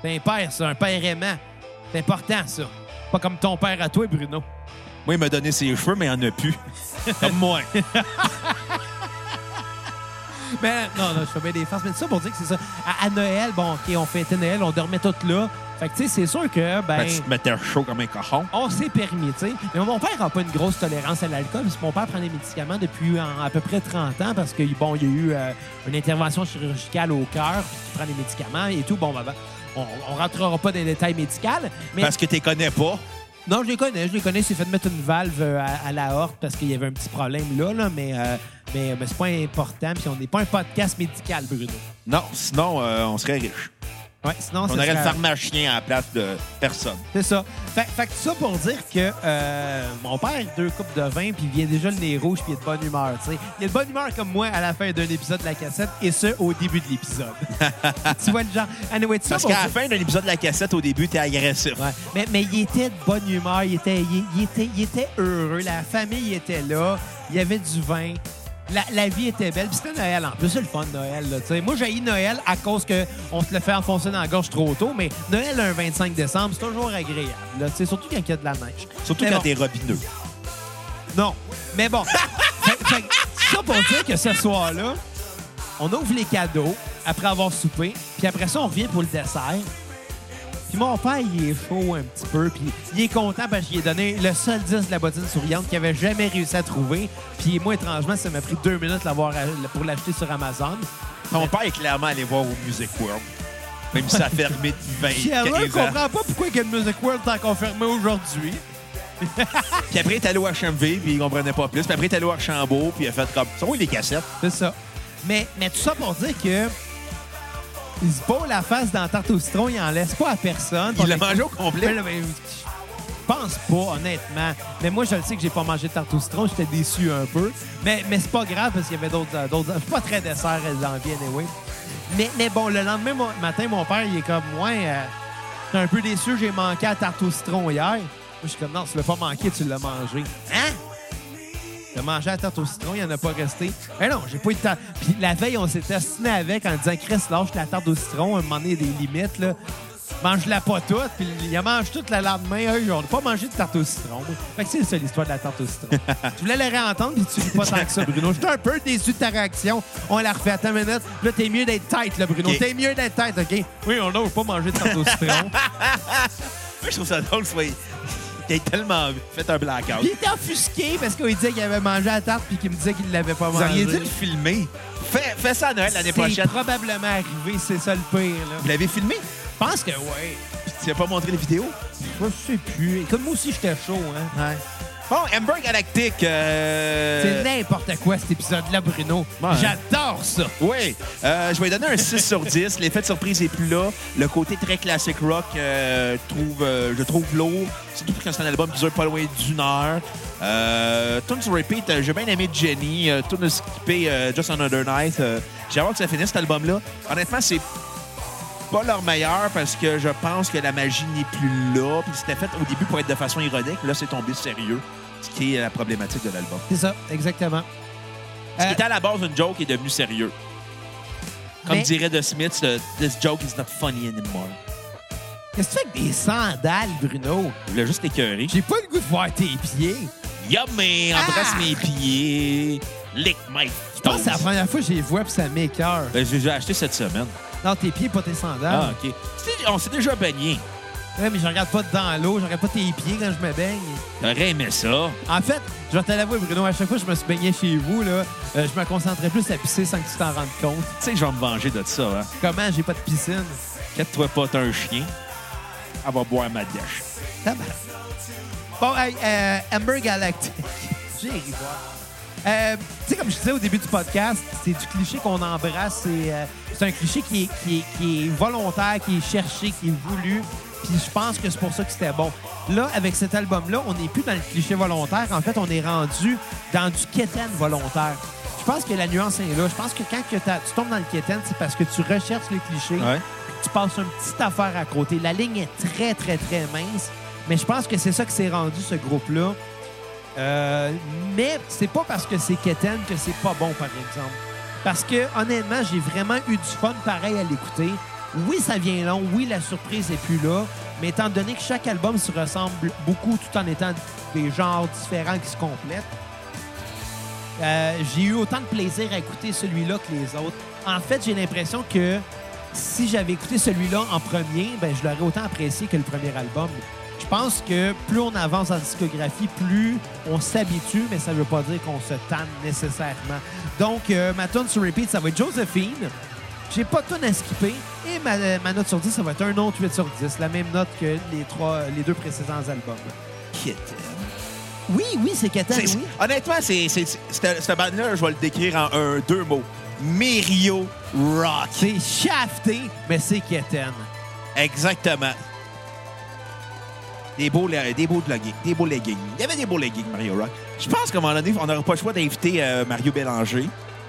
[SPEAKER 1] C'est un père, c'est un père aimant. C'est important, ça. Pas comme ton père à toi, Bruno.
[SPEAKER 3] Moi, il m'a donné ses cheveux, mais il en a plus. Comme moi.
[SPEAKER 1] Mais Ben, non, non, je fais bien des farces. Mais c'est ça pour dire que c'est ça. À, à Noël, bon, OK, on fêtait Noël, on dormait toutes là. Fait que, tu sais, c'est sûr que, ben,
[SPEAKER 3] Ben, tu te mettais chaud comme un cochon.
[SPEAKER 1] on s'est permis, tu sais. Mais mon père n'a pas une grosse tolérance à l'alcool. parce que Mon père prend des médicaments depuis en- à peu près 30 ans parce que, bon, il y a eu euh, une intervention chirurgicale au cœur, puis il prend des médicaments et tout. Bon, ben, ben, on, on rentrera pas dans les détails médicaux, mais
[SPEAKER 3] Parce que tu connais pas.
[SPEAKER 1] non, je les connais, je les connais. C'est fait de mettre une valve euh, à, à la horte parce qu'il y avait un petit problème là, là mais, euh, mais, mais c'est pas important. Puis on n'est pas un podcast médical, Bruno.
[SPEAKER 3] Non, sinon, euh, on serait riche.
[SPEAKER 1] Ouais, sinon,
[SPEAKER 3] On
[SPEAKER 1] ce
[SPEAKER 3] aurait le
[SPEAKER 1] Ah, serait-
[SPEAKER 3] pharmacien à la place de personne.
[SPEAKER 1] C'est ça. Fait, fait que tout ça pour dire que euh, mon père, deux coupes de vin, puis il a déjà le nez rouge, puis il est de bonne humeur, tu sais. Il est de bonne humeur comme moi à la fin d'un épisode de la cassette, et ce, au début de l'épisode. tu vois le genre. Anyway, tout ça
[SPEAKER 3] Parce
[SPEAKER 1] pour
[SPEAKER 3] qu'à la
[SPEAKER 1] dire-
[SPEAKER 3] fin de l'épisode de la cassette, au début, t'es agressif.
[SPEAKER 1] Ouais. Mais, mais il était de bonne humeur, il était, il, il était, il était heureux, la famille était là, il y avait du vin, la, la vie était belle. Puis c'était Noël en plus, c'est le fun Noël. Là, tu sais. Moi, j'ai Noël à cause qu'on se le fait enfoncer dans la gorge trop tôt, mais Noël un 25 décembre, c'est toujours agréable. Là, tu sais, surtout quand il y a de la neige.
[SPEAKER 3] Surtout
[SPEAKER 1] Mais
[SPEAKER 3] quand
[SPEAKER 1] bon.
[SPEAKER 3] t'es robineux.
[SPEAKER 1] Non. Mais bon. Fait- fait que ça pour dire que ce soir-là, on ouvre les cadeaux après avoir soupé, puis après ça, on revient pour le dessert. Puis mon père, il est chaud un petit peu, puis il est content parce qu'il a donné le seul 10 de la bottine souriante qu'il avait jamais réussi à trouver. Puis moi, étrangement, ça m'a pris deux minutes l'avoir à- pour l'acheter sur Amazon.
[SPEAKER 3] Ton père est clairement allé voir au Music World. Même si ça a fermé depuis 20
[SPEAKER 1] Puis alors, je
[SPEAKER 3] 15 ans.
[SPEAKER 1] comprends pas pourquoi que le Music World est encore fermé aujourd'hui.
[SPEAKER 3] Puis après, il est allé au HMV, puis il comprenait pas plus. Puis après, il est allé au Archambault, puis il a fait comme. Sont où les cassettes?
[SPEAKER 1] C'est ça. Mais, mais tout ça pour dire que il se bat la face dans la tarte au citron, il en laisse pas à personne.
[SPEAKER 3] Il l'a
[SPEAKER 1] Mais-
[SPEAKER 3] mangé au
[SPEAKER 1] mais
[SPEAKER 3] complet.
[SPEAKER 1] là, ben, je pense pas, honnêtement. Mais moi, je le sais que j'ai pas mangé de tarte au citron, j'étais déçu un peu. Mais, mais c'est pas grave parce qu'il y avait d'autres. euh, d'autres- Je suis pas très dessert euh, dans la vie, anyway. Mais, mais bon, le lendemain mon- matin, mon père, il est comme, ouais, euh, j'étais un peu déçu, j'ai manqué à la tarte au citron hier. Moi, je suis comme, non, tu l'as pas manqué, tu l'as mangé. Hein? de manger la tarte au citron, il n'y en a pas resté. Mais non, j'ai pas eu de temps. Puis la veille, on s'était assassiné avec en disant Chris, lâche la tarte au citron, à un moment donné, il y a des limites, là. Mange-la pas toute, puis il en mange toute la lendemain. Eux, on n'a pas mangé de tarte au citron. moi. Fait que c'est ça l'histoire de la tarte au citron. tu voulais la réentendre, puis tu ris pas tant que ça, Bruno. J'étais un peu déçu de ta réaction. On la refait à ta minute. Là, t'es mieux d'être tête, là, Bruno.
[SPEAKER 3] OK.
[SPEAKER 1] T'es mieux d'être tête, OK? Oui, on n'a pas mangé de tarte au citron.
[SPEAKER 3] Moi, je trouve ça drôle, soyez. T'es tellement fait un blackout.
[SPEAKER 1] Puis il était offusqué parce qu'il disait qu'il avait mangé la tarte puis qu'il me disait qu'il l'avait pas
[SPEAKER 3] Vous
[SPEAKER 1] mangée.
[SPEAKER 3] auriez dû le filmer. Fais, fais ça à Noël l'année
[SPEAKER 1] C'est
[SPEAKER 3] prochaine.
[SPEAKER 1] probablement arrivé, c'est ça le pire. Là.
[SPEAKER 3] Vous l'avez filmé?
[SPEAKER 1] Je pense que oui.
[SPEAKER 3] Puis tu n'as pas montré les vidéos?
[SPEAKER 1] Je sais plus. Comme moi aussi, j'étais chaud. Hein.
[SPEAKER 3] Ouais. Bon, Amber Galactic. euh,
[SPEAKER 1] C'est n'importe quoi, cet épisode-là, Bruno.
[SPEAKER 3] Ouais.
[SPEAKER 1] J'adore ça.
[SPEAKER 3] Oui, Euh, je vais lui donner un 6 sur 10. L'effet de surprise est plus là. Le côté très classique rock, euh, trouve, euh, je trouve lourd. Surtout que c'est un album qui dure pas loin d'une heure. Euh, Tune sur repeat, euh, j'ai bien aimé Jenny. Euh, Tune skippé, euh, Just Another Night. Euh, j'ai hâte que ça finisse cet album-là. Honnêtement, c'est pas leur meilleur parce que je pense que la magie n'est plus là. Puis c'était fait au début pour être de façon ironique. Là, c'est tombé sérieux, ce qui est la problématique de l'album.
[SPEAKER 1] C'est ça, exactement.
[SPEAKER 3] Ce qui
[SPEAKER 1] Euh,
[SPEAKER 3] était à la base une joke est devenu sérieux. Comme
[SPEAKER 1] Mais-
[SPEAKER 3] dirait The Smith, euh, this joke is not funny anymore.
[SPEAKER 1] Qu'est-ce que tu fais avec des sandales, Bruno?
[SPEAKER 3] Il voulait juste écœuré.
[SPEAKER 1] J'ai pas le goût de voir tes pieds.
[SPEAKER 3] Yummy, embrasse
[SPEAKER 1] Ah!
[SPEAKER 3] mes pieds, lick my
[SPEAKER 1] Je pense
[SPEAKER 3] toes.
[SPEAKER 1] que c'est la première fois que je les vois puis ça m'écœure.
[SPEAKER 3] Ben, je les ai achetés cette semaine.
[SPEAKER 1] Non, tes pieds, pas tes
[SPEAKER 3] Ah,
[SPEAKER 1] sandales.
[SPEAKER 3] OK. Tu sais, On s'est déjà baigné.
[SPEAKER 1] Ouais, mais je regarde pas dans l'eau, je regarde pas tes pieds quand je me baigne.
[SPEAKER 3] T'aurais aimé ça.
[SPEAKER 1] En fait, je vais te l'avouer, Bruno, à chaque fois que je me suis baigné chez vous, là, euh, je me concentrais plus à pisser sans que tu t'en rendes compte.
[SPEAKER 3] Tu sais que je vais me venger de ça. Hein.
[SPEAKER 1] Comment j'ai pas de piscine?
[SPEAKER 3] Quatre-toi pas, t'as un chien. Elle va boire ma dèche.
[SPEAKER 1] Tabarnak. Bon, hey, euh, Amber Galactic. J'ai ri voir. Euh, tu sais, comme je disais au début du podcast, c'est du cliché qu'on embrasse. C'est euh, c'est un cliché qui est, qui, est, qui est volontaire, qui est cherché, qui est voulu. Puis je pense que c'est pour ça que c'était bon. Là, avec cet album-là, on n'est plus dans le cliché volontaire. En fait, on est rendu dans du quétaine volontaire. Je pense que la nuance est là. Je pense que quand que t'as- tu tombes dans le quétaine, c'est parce que tu recherches le cliché tu passes une petite affaire à côté. La ligne est très, très, très mince, mais je pense que c'est ça que s'est rendu ce groupe-là. Euh, mais c'est pas parce que c'est Keten que c'est pas bon, par exemple. Parce que, honnêtement, j'ai vraiment eu du fun pareil à l'écouter. Oui, ça vient long. Oui, la surprise est plus là. Mais étant donné que chaque album se ressemble beaucoup tout en étant des genres différents qui se complètent, euh, j'ai eu autant de plaisir à écouter celui-là que les autres. En fait, j'ai l'impression que si j'avais écouté celui-là en premier, ben, je l'aurais autant apprécié que le premier album. Je pense que plus on avance en discographie, plus on s'habitue, mais ça ne veut pas dire qu'on se tanne nécessairement. Donc, euh, ma tune sur repeat, ça va être Josephine. J'ai pas de tune à skipper. Et ma, euh, ma note sur 10, ça va être un autre 8 sur 10. La même note que les, trois, les deux précédents albums.
[SPEAKER 3] Kitten.
[SPEAKER 1] Oui, oui, c'est Catan,
[SPEAKER 3] C'est-
[SPEAKER 1] Ben oui.
[SPEAKER 3] Honnêtement, c'est, c'est, c'est- cette, cette bande-là, je vais le décrire en un, deux mots. Mirio Rock.
[SPEAKER 1] C'est shafté, mais c'est Keten.
[SPEAKER 3] Exactement. Des beaux, le- des beaux leggings. Des beaux leggings. Il y avait des beaux leggings, Mario Rock. Je pense qu'à un moment donné, on n'aura pas le choix d'inviter euh, Mario Bélanger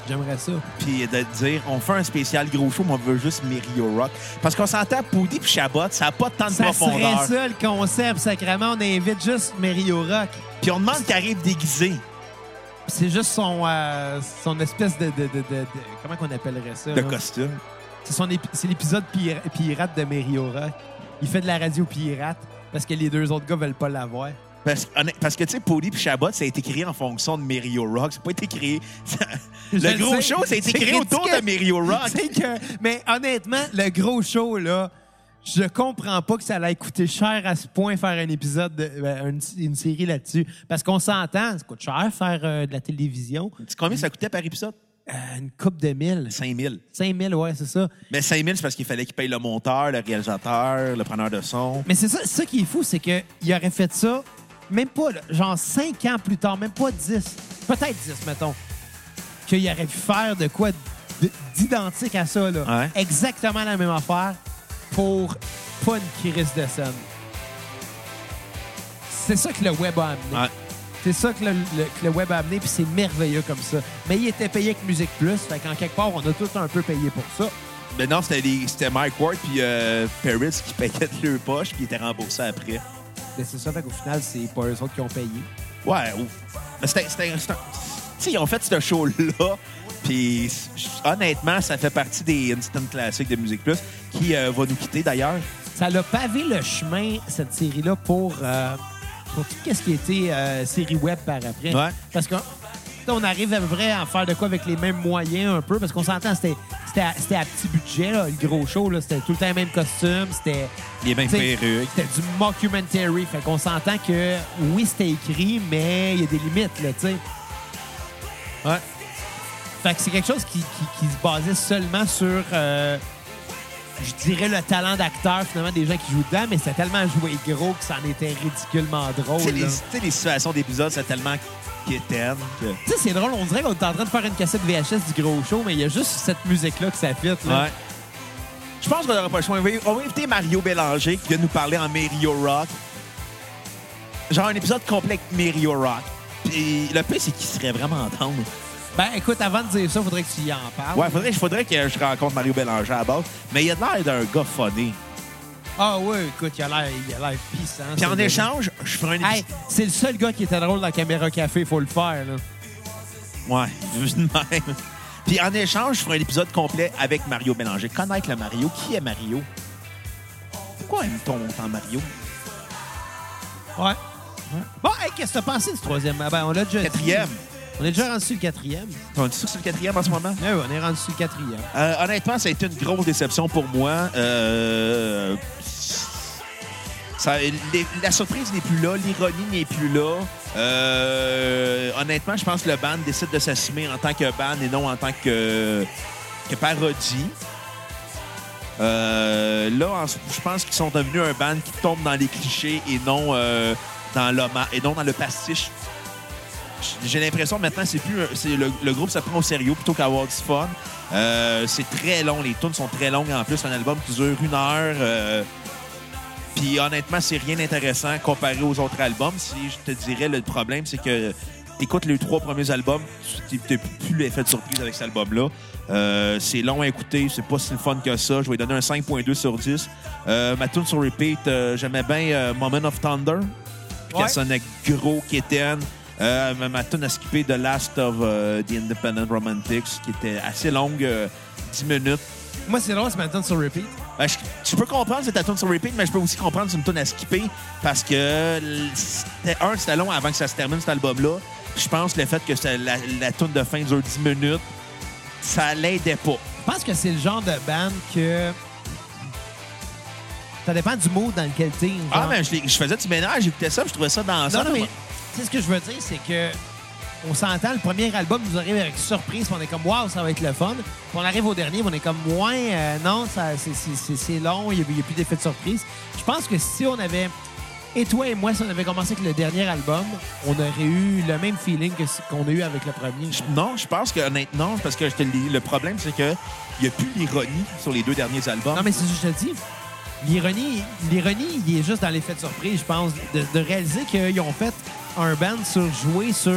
[SPEAKER 1] J'aimerais ça.
[SPEAKER 3] puis de dire on fait un spécial gros show, mais on veut juste Mario Rock. Parce qu'on s'entend Poudy puis Chabot, ça n'a pas tant de
[SPEAKER 1] Ça
[SPEAKER 3] profondeur.
[SPEAKER 1] serait ça le concept, sacrément. On invite juste Mario Rock.
[SPEAKER 3] Puis on demande qu'il arrive déguisé
[SPEAKER 1] C'est juste son, euh, son espèce de, de- de- de- de- Comment qu'on appellerait ça?
[SPEAKER 3] de
[SPEAKER 1] là?
[SPEAKER 3] costume.
[SPEAKER 1] C'est son épi- c'est l'épisode pira- pirate de Mario Rock. Il fait de la radio pirate parce que les deux autres gars veulent pas l'avoir.
[SPEAKER 3] Parce, honnêt- parce que, tu sais, Poli puis Chabot, ça a été créé en fonction de Mario Rock. C'est pas été créé. ça-
[SPEAKER 1] Je
[SPEAKER 3] le gros
[SPEAKER 1] sais,
[SPEAKER 3] show, ça a été
[SPEAKER 1] c'est
[SPEAKER 3] créé autour de
[SPEAKER 1] ridicule.
[SPEAKER 3] Mario Rock.
[SPEAKER 1] C'est que- mais honnêtement, le gros show, là, je comprends pas que ça allait coûter cher à ce point faire un épisode, de- ben, une, une série là-dessus. Parce qu'on s'entend, ça coûte cher faire euh, de la télévision.
[SPEAKER 3] Tu sais combien ça coûtait par épisode?
[SPEAKER 1] Euh, une coupe de mille.
[SPEAKER 3] 5 000.
[SPEAKER 1] 5 000, ouais, c'est ça.
[SPEAKER 3] Mais 5 000, c'est parce qu'il fallait qu'il paye le monteur, le réalisateur, le preneur de son.
[SPEAKER 1] Mais c'est ça, ça qui est fou, c'est qu'il aurait fait ça, même pas, là, genre 5 ans plus tard, même pas 10, peut-être 10, mettons, qu'il aurait pu faire de quoi d- d'identique à ça, là.
[SPEAKER 3] Ouais.
[SPEAKER 1] Exactement la même affaire pour pas une crise de scène. C'est ça que le web a amené.
[SPEAKER 3] Ouais.
[SPEAKER 1] C'est ça que le, le- que le web a amené, puis c'est merveilleux comme ça. Mais il était payé avec Musique Plus, fait qu'en quelque part, on a tous un peu payé pour ça.
[SPEAKER 3] Mais non, c'était les- c'était Mike Ward puis euh, Paris qui payaient de leur poche puis qui étaient remboursés après.
[SPEAKER 1] Mais c'est ça, fait qu'au final, c'est pas eux autres qui ont payé.
[SPEAKER 3] Ouais, ou Mais c'était. c'était- c'était un- Tu sais, ils ont fait ce show-là. Puis j- honnêtement, ça fait partie des instant classiques de Musique Plus qui euh, va nous quitter d'ailleurs.
[SPEAKER 1] Ça l'a pavé le chemin, cette série-là, pour, euh, pour tout ce qui était euh, série web par après.
[SPEAKER 3] Ouais.
[SPEAKER 1] Parce que on arrive à peu près à faire de quoi avec les mêmes moyens un peu, parce qu'on s'entend, c'était c'était à, c'était à petit budget, là, le gros show. là. C'était tout le temps les mêmes costumes, c'était...
[SPEAKER 3] Les mêmes
[SPEAKER 1] T'sais,
[SPEAKER 3] perruques.
[SPEAKER 1] C'était du mockumentary. Fait qu'on s'entend que oui, c'était écrit, mais il y a des limites, là, tu sais. Ouais. Fait que c'est quelque chose qui, qui- qui se basait seulement sur, euh, je dirais, le talent d'acteur, finalement, des gens qui jouent dedans, mais c'était tellement joué gros que ça en était ridiculement
[SPEAKER 3] Tu sais,
[SPEAKER 1] drôle.
[SPEAKER 3] les,
[SPEAKER 1] Oh là.
[SPEAKER 3] tu sais, les situations d'épisodes, c'est tellement quétaine que.
[SPEAKER 1] Tu sais, c'est drôle, on dirait qu'on est en train de faire une cassette VHS du gros show, mais il y a juste cette musique-là que ça fit. là.
[SPEAKER 3] Ouais. Je pense qu'on n'aura pas le choix. On va- On va inviter Mario Bélanger qui vient nous parler en Mario Rock. Genre un épisode complet avec Mario Rock. Puis le pire, c'est qu'il serait vraiment tendre.
[SPEAKER 1] Ben, écoute, avant de dire ça, faudrait que tu y en parles.
[SPEAKER 3] Ouais, faudrait, faudrait que je rencontre Mario Bélanger à la base. Mais il a l'air d'un gars funny.
[SPEAKER 1] Ah oui, écoute, il a l'air il a l'air pissant.
[SPEAKER 3] Puis
[SPEAKER 1] ce
[SPEAKER 3] en
[SPEAKER 1] gars-là.
[SPEAKER 3] échange, je ferai un
[SPEAKER 1] Hey,
[SPEAKER 3] épisode.
[SPEAKER 1] c'est le seul gars qui était drôle dans la caméra café, faut le faire. Là.
[SPEAKER 3] Ouais, juste de même. Puis en échange, je ferai un épisode complet avec Mario Bélanger. Connaître le Mario. Qui est Mario? Pourquoi aime-t-on tant Mario?
[SPEAKER 1] Ouais. Bon, hey, qu'est-ce que t'as pensé du troisième? Ah Ben, on l'a déjà dit.
[SPEAKER 3] Quatrième.
[SPEAKER 1] On est déjà rendu sur le quatrième.
[SPEAKER 3] On est sûr que c'est le quatrième en ce moment?
[SPEAKER 1] Ah oui, on est rendu sur le quatrième.
[SPEAKER 3] Euh, honnêtement, ça a été une grosse déception pour moi. Euh, ça- les- la surprise n'est plus là, l'ironie n'est plus là. Euh, honnêtement, je pense que le band décide de s'assumer en tant que band et non en tant que, que parodie. Euh, là, en- je pense qu'ils sont devenus un band qui tombe dans les clichés et non, euh, dans, l'homa- et non dans le pastiche. J'ai l'impression que maintenant, c'est plus un- c'est le, le groupe se prend au sérieux plutôt qu'avoir du fun. Euh, c'est très long, les tunes sont très longues en plus, un album qui dure une heure. euh, Puis honnêtement, c'est rien d'intéressant comparé aux autres albums. Si je te dirais, le problème, c'est que écoute les trois premiers albums, tu n'as plus l'effet de surprise avec cet album-là. Euh, c'est long à écouter, c'est pas si le fun que ça. Je vais lui donner un 5.2 sur 10. Euh, ma tune sur repeat, euh, j'aimais bien euh, Moment of Thunder
[SPEAKER 1] Ouais.
[SPEAKER 3] qu'elle sonnait gros qu'étienne. Euh, ma- ma tune a skippé The Last of euh, The Independent Romantics, qui était assez longue, euh, 10 minutes.
[SPEAKER 1] Moi, c'est drôle, ce matin sur repeat.
[SPEAKER 3] Ben, je, je peux comprendre que c'est ta tune sur repeat, mais je peux aussi comprendre que c'est une tune à skipper parce que, l- c'était- un, c'était long avant que ça se termine, cet album-là. Je pense que le fait que ça- la, la tune de fin dure 10 minutes, ça l'aidait pas.
[SPEAKER 1] Je pense que c'est le genre de band que. Ça dépend du mot dans lequel t'es.
[SPEAKER 3] Ah,
[SPEAKER 1] genre.
[SPEAKER 3] mais je, l'ai- je faisais du ménage, j'écoutais ça, puis je trouvais ça dans
[SPEAKER 1] Non, non, mais. Tu sais, ce que je veux dire, c'est que. On s'entend, le premier album nous arrive avec surprise, puis on est comme, waouh, ça va être le fun. Puis on arrive au dernier, puis on est comme, ouais, euh, non, ça, c'est- c'est- c'est c'est long, il n'y a, il y a plus d'effet de surprise. Je pense que si on avait. Et toi et moi, si on avait commencé avec le dernier album, on aurait eu le même feeling que ce qu'on a eu avec le premier.
[SPEAKER 3] Je- Non, je pense que honnêtement, non, parce que je te le dis, le problème, c'est que il n'y a plus l'ironie sur les deux derniers albums.
[SPEAKER 1] Non, mais c'est juste, je te dis, l'ironie, l'ironie, il est juste dans l'effet de surprise, je pense, de, de réaliser qu'ils ont fait un band sur jouer sur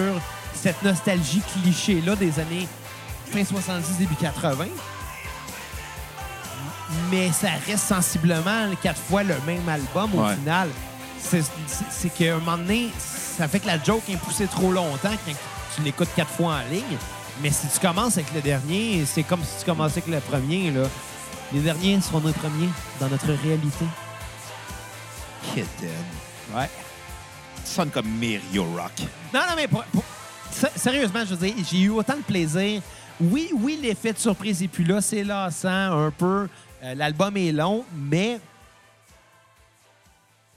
[SPEAKER 1] cette nostalgie cliché-là des années fin 70, début 80. Mais ça reste sensiblement quatre fois le même album au
[SPEAKER 3] Ouais.
[SPEAKER 1] final. C'est, c'est- c'est qu'à un moment donné, ça fait que la joke est poussée trop longtemps quand tu l'écoutes quatre fois en ligne. Mais si tu commences avec le dernier, c'est comme si tu commençais avec le premier. Là. Les derniers seront nos premiers dans notre réalité.
[SPEAKER 3] Kitten.
[SPEAKER 1] Ouais.
[SPEAKER 3] Tu sonnes comme Mario Rock.
[SPEAKER 1] Non, non, mais pour- pour- sé- sérieusement, je veux dire, j'ai eu autant de plaisir. Oui, oui, l'effet de surprise est plus là, c'est lassant un peu. Euh, L'album est long, mais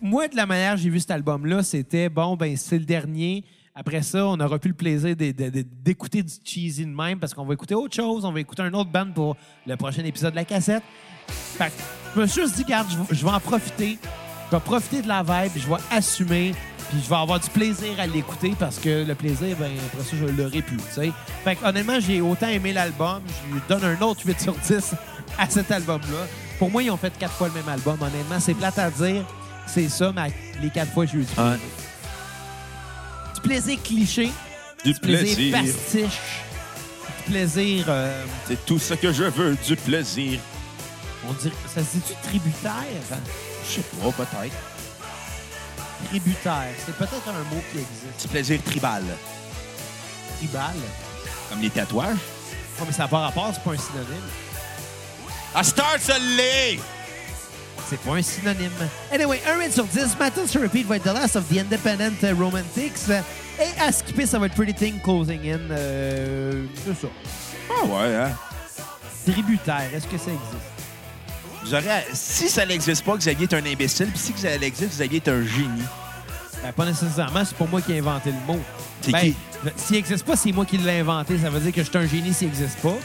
[SPEAKER 1] moi, de la manière que j'ai vu cet album-là, c'était bon, ben c'est le dernier. Après ça, on aura plus le plaisir de- de- de- d'écouter du cheesy de même parce qu'on va écouter autre chose, on va écouter un autre band pour le prochain épisode de la cassette. Fait que je me suis juste dit, garde, je vais- je vais en profiter. Je vais profiter de la vibe, je vais assumer, puis je vais avoir du plaisir à l'écouter parce que le plaisir, ben après ça, je l'aurai plus, tu sais. Fait que, honnêtement, j'ai autant aimé l'album. Je lui donne un autre 8 sur 10 à cet album-là. Pour moi, ils ont fait quatre fois le même album. Honnêtement, c'est plate à dire. C'est ça, mais les quatre fois, j'ai eu du
[SPEAKER 3] Ah,
[SPEAKER 1] plaisir. Du plaisir cliché,
[SPEAKER 3] Du
[SPEAKER 1] du plaisir pastiche, du plaisir... euh,
[SPEAKER 3] C'est tout ce que je veux, du plaisir.
[SPEAKER 1] on dirait... Ça se dit-tu tributaire?
[SPEAKER 3] Je sais pas, peut-être.
[SPEAKER 1] Tributaire. C'est peut-être un mot qui existe.
[SPEAKER 3] Du plaisir tribal.
[SPEAKER 1] tribal.
[SPEAKER 3] Comme les tatouages.
[SPEAKER 1] Oh, mais ça n'a pas rapport, c'est pas un synonyme. Ah,
[SPEAKER 3] À Star Soleil!
[SPEAKER 1] C'est pas un synonyme. Anyway, 1 minute sur 10, Matin sur Repeat va être The Last of the Independent euh, Romantics. Euh, Et à skipper, ça va être Pretty Thing Closing In. euh, c'est ça.
[SPEAKER 3] Ah ouais, hein?
[SPEAKER 1] Tributaire, est-ce que ça existe?
[SPEAKER 3] J'aurais. Si ça n'existe pas, Xavier est un imbécile. Puis si ça existe, Xavier est un génie.
[SPEAKER 1] Ben, pas nécessairement, c'est pas moi qui ai inventé le mot.
[SPEAKER 3] C'est
[SPEAKER 1] Ben,
[SPEAKER 3] qui?
[SPEAKER 1] je- S'il n'existe pas, c'est moi qui l'ai inventé. Ça veut dire que je suis un génie s'il n'existe pas.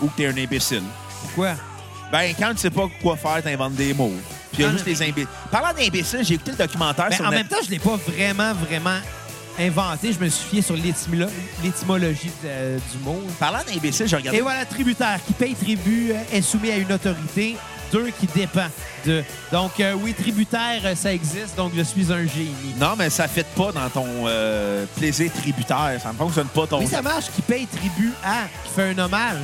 [SPEAKER 3] Ou que t'es un imbécile.
[SPEAKER 1] Pourquoi?
[SPEAKER 3] Ben, quand tu sais pas quoi faire, t'inventes des mots. Puis il y a
[SPEAKER 1] Ah,
[SPEAKER 3] juste
[SPEAKER 1] mais-
[SPEAKER 3] les imbéciles. Parlant d'imbéciles, j'ai écouté le documentaire
[SPEAKER 1] Ben,
[SPEAKER 3] Ah, sur
[SPEAKER 1] en
[SPEAKER 3] Net-
[SPEAKER 1] même temps, je l'ai pas vraiment, vraiment inventé. Je me suis fié sur l'étymolo- l'étymologie de- du mot.
[SPEAKER 3] Parlant d'imbéciles, j'ai regardé.
[SPEAKER 1] Et voilà, tributaire qui paye tribut euh, est soumis à une autorité. Deux qui dépend de. Donc, euh, oui, tributaire, euh, ça existe. Donc, je suis un génie.
[SPEAKER 3] Non, mais ça fait pas dans ton euh, plaisir tributaire. Ça ne fonctionne pas ton.
[SPEAKER 1] Mais ça marche qui paye tribut à, qui fait un hommage.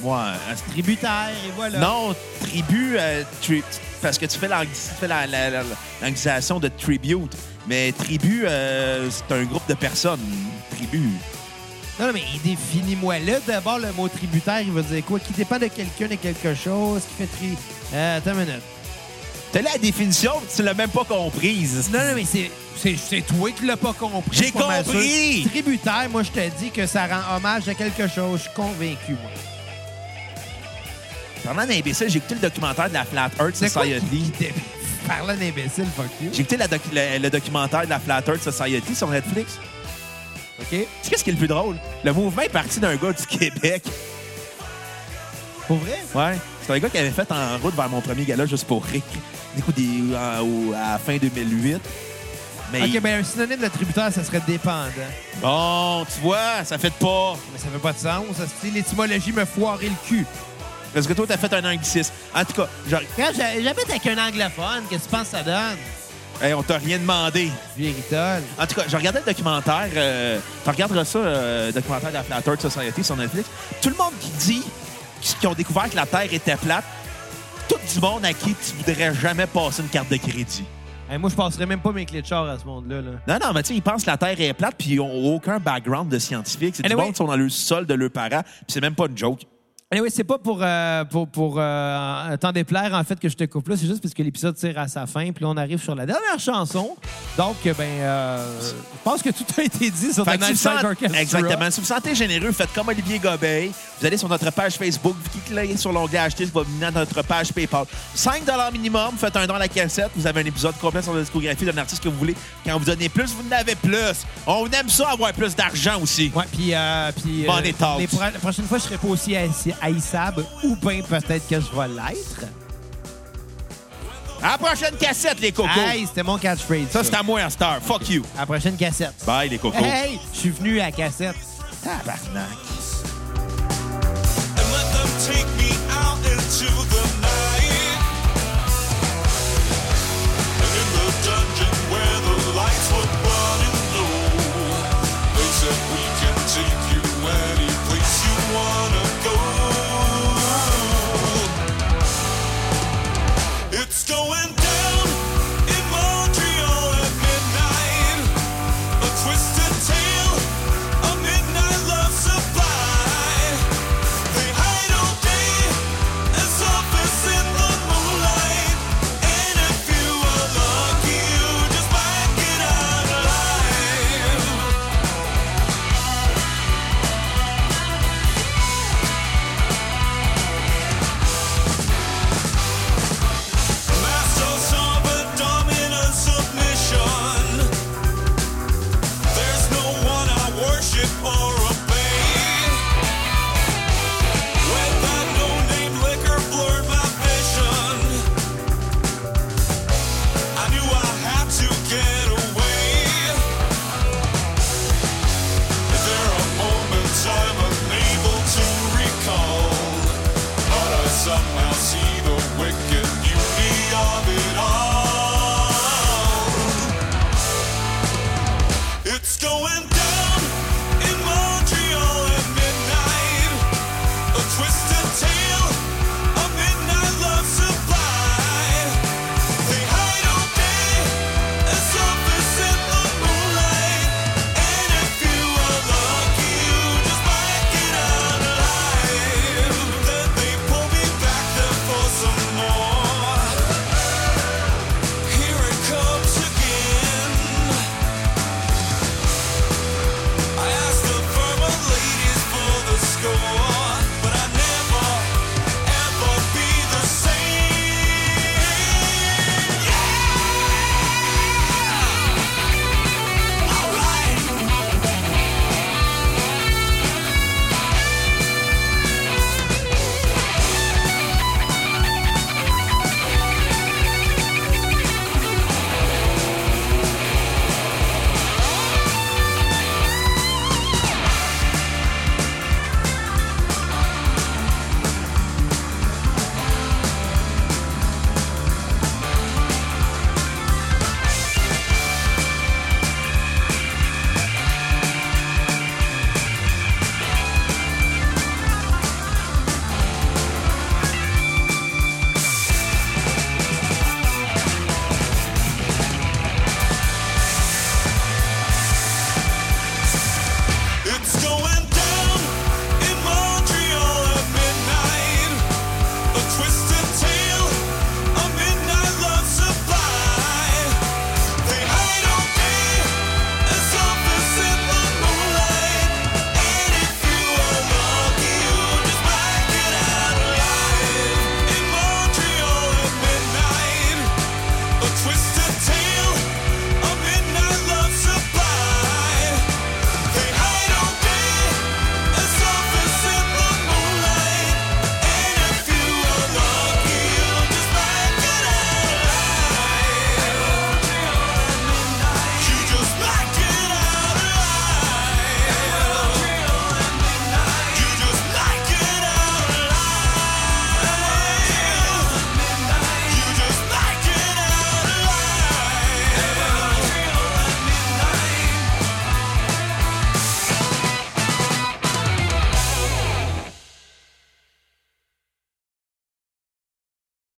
[SPEAKER 3] Ouais, hein, à ce-
[SPEAKER 1] Tributaire, et voilà.
[SPEAKER 3] Non, tribu, euh, tri- parce que tu fais l'ang- tu fais la- la- la- l'anglicisation de tribute. Mais tribu, euh, c'est un groupe de personnes. Tribu.
[SPEAKER 1] Non, non, mais définis-moi là. D'abord, le mot tributaire, il veut dire quoi? Qui dépend de quelqu'un et quelque chose, qui fait tri. Euh, attends une minute.
[SPEAKER 3] T'as la définition, puis tu l'as même pas comprise.
[SPEAKER 1] Non, non, mais c'est, c'est, c'est toi qui l'as pas compris.
[SPEAKER 3] J'ai
[SPEAKER 1] je suis pas mal
[SPEAKER 3] compris!
[SPEAKER 1] sûr. Tributaire, moi, je te dis que ça rend hommage à quelque chose. Je suis convaincu, moi.
[SPEAKER 3] Parlant d'imbécile, j'ai écouté le documentaire de la Flat Earth
[SPEAKER 1] C'est quoi
[SPEAKER 3] Society.
[SPEAKER 1] qui- Parlant d'imbécile, fuck you.
[SPEAKER 3] J'ai écouté la docu- le, le documentaire de la Flat Earth Society sur Netflix.
[SPEAKER 1] OK?
[SPEAKER 3] Tu sais qu'est-ce qui est le plus drôle? Le mouvement est parti d'un gars du Québec.
[SPEAKER 1] Pour vrai?
[SPEAKER 3] Ouais. C'est un gars qui avait fait en route vers mon premier gala juste pour rire. Du coup, des- en- au- à la fin 2008. Mais
[SPEAKER 1] OK, ben un synonyme de tributaire, ça serait dépendant.
[SPEAKER 3] bon, tu vois, ça fait pas.
[SPEAKER 1] Mais ça fait pas de sens. Ça, c'est l'étymologie me foirait le cul.
[SPEAKER 3] Parce que toi, t'as fait un anglicisme. En tout cas, genre,
[SPEAKER 1] Quand j'a- j'habite avec un anglophone, qu'est-ce que tu penses que ça donne?
[SPEAKER 3] hey, on t'a rien demandé.
[SPEAKER 1] Du héritole.
[SPEAKER 3] En tout cas, je regardais le documentaire. euh, tu regarderas ça, euh, le documentaire de la Flat Earth Society sur Netflix. Tout le monde qui dit qu'ils qu'ils ont découvert que la Terre était plate, tout du monde à qui tu voudrais jamais passer une carte de crédit.
[SPEAKER 1] Hey, moi, je passerais même pas mes clés de char à ce monde-là. Là.
[SPEAKER 3] Non, non, mais tu sais, ils pensent que la Terre est plate puis ils n'ont aucun background de scientifique. C'est du
[SPEAKER 1] Anyway.
[SPEAKER 3] monde qui sont dans le sol de leurs parents puis c'est même pas une joke.
[SPEAKER 1] Anyway, c'est pas pour, euh, pour, pour euh, t'en déplaire, en fait, que je te coupe là. C'est juste parce que l'épisode tire à sa fin. Puis là, on arrive sur la dernière chanson. Donc, euh, ben, euh, je pense que tout a été dit sur
[SPEAKER 3] Fait
[SPEAKER 1] The
[SPEAKER 3] que si
[SPEAKER 1] Night
[SPEAKER 3] vous
[SPEAKER 1] Side
[SPEAKER 3] sentez-
[SPEAKER 1] Orchestra.
[SPEAKER 3] exactement. Si vous sentez généreux, faites comme Olivier Gobeil. Vous allez sur notre page Facebook, vous cliquez sur l'onglet acheter, ça va venir dans notre page PayPal. 5 minimum, faites un don à la cassette. Vous avez un épisode complet sur la discographie d'un artiste que vous voulez. Quand vous donnez plus, vous en avez plus. On aime ça avoir plus d'argent aussi.
[SPEAKER 1] Ouais, puis. Euh, puis
[SPEAKER 3] Bon, on est tard.
[SPEAKER 1] les pro- La prochaine fois, je serai pas aussi haï- haïssable ou bien peut-être que je vais l'être.
[SPEAKER 3] À la prochaine cassette, les cocos.
[SPEAKER 1] Hey, c'était mon catchphrase.
[SPEAKER 3] Ça, c'est à moi, Star. Fuck you.
[SPEAKER 1] À la prochaine cassette.
[SPEAKER 3] Bye, les cocos.
[SPEAKER 1] Hey, je suis venu à la cassette.
[SPEAKER 3] Tabarnak.
[SPEAKER 2] And let them take me out into the night. And in the dungeon where the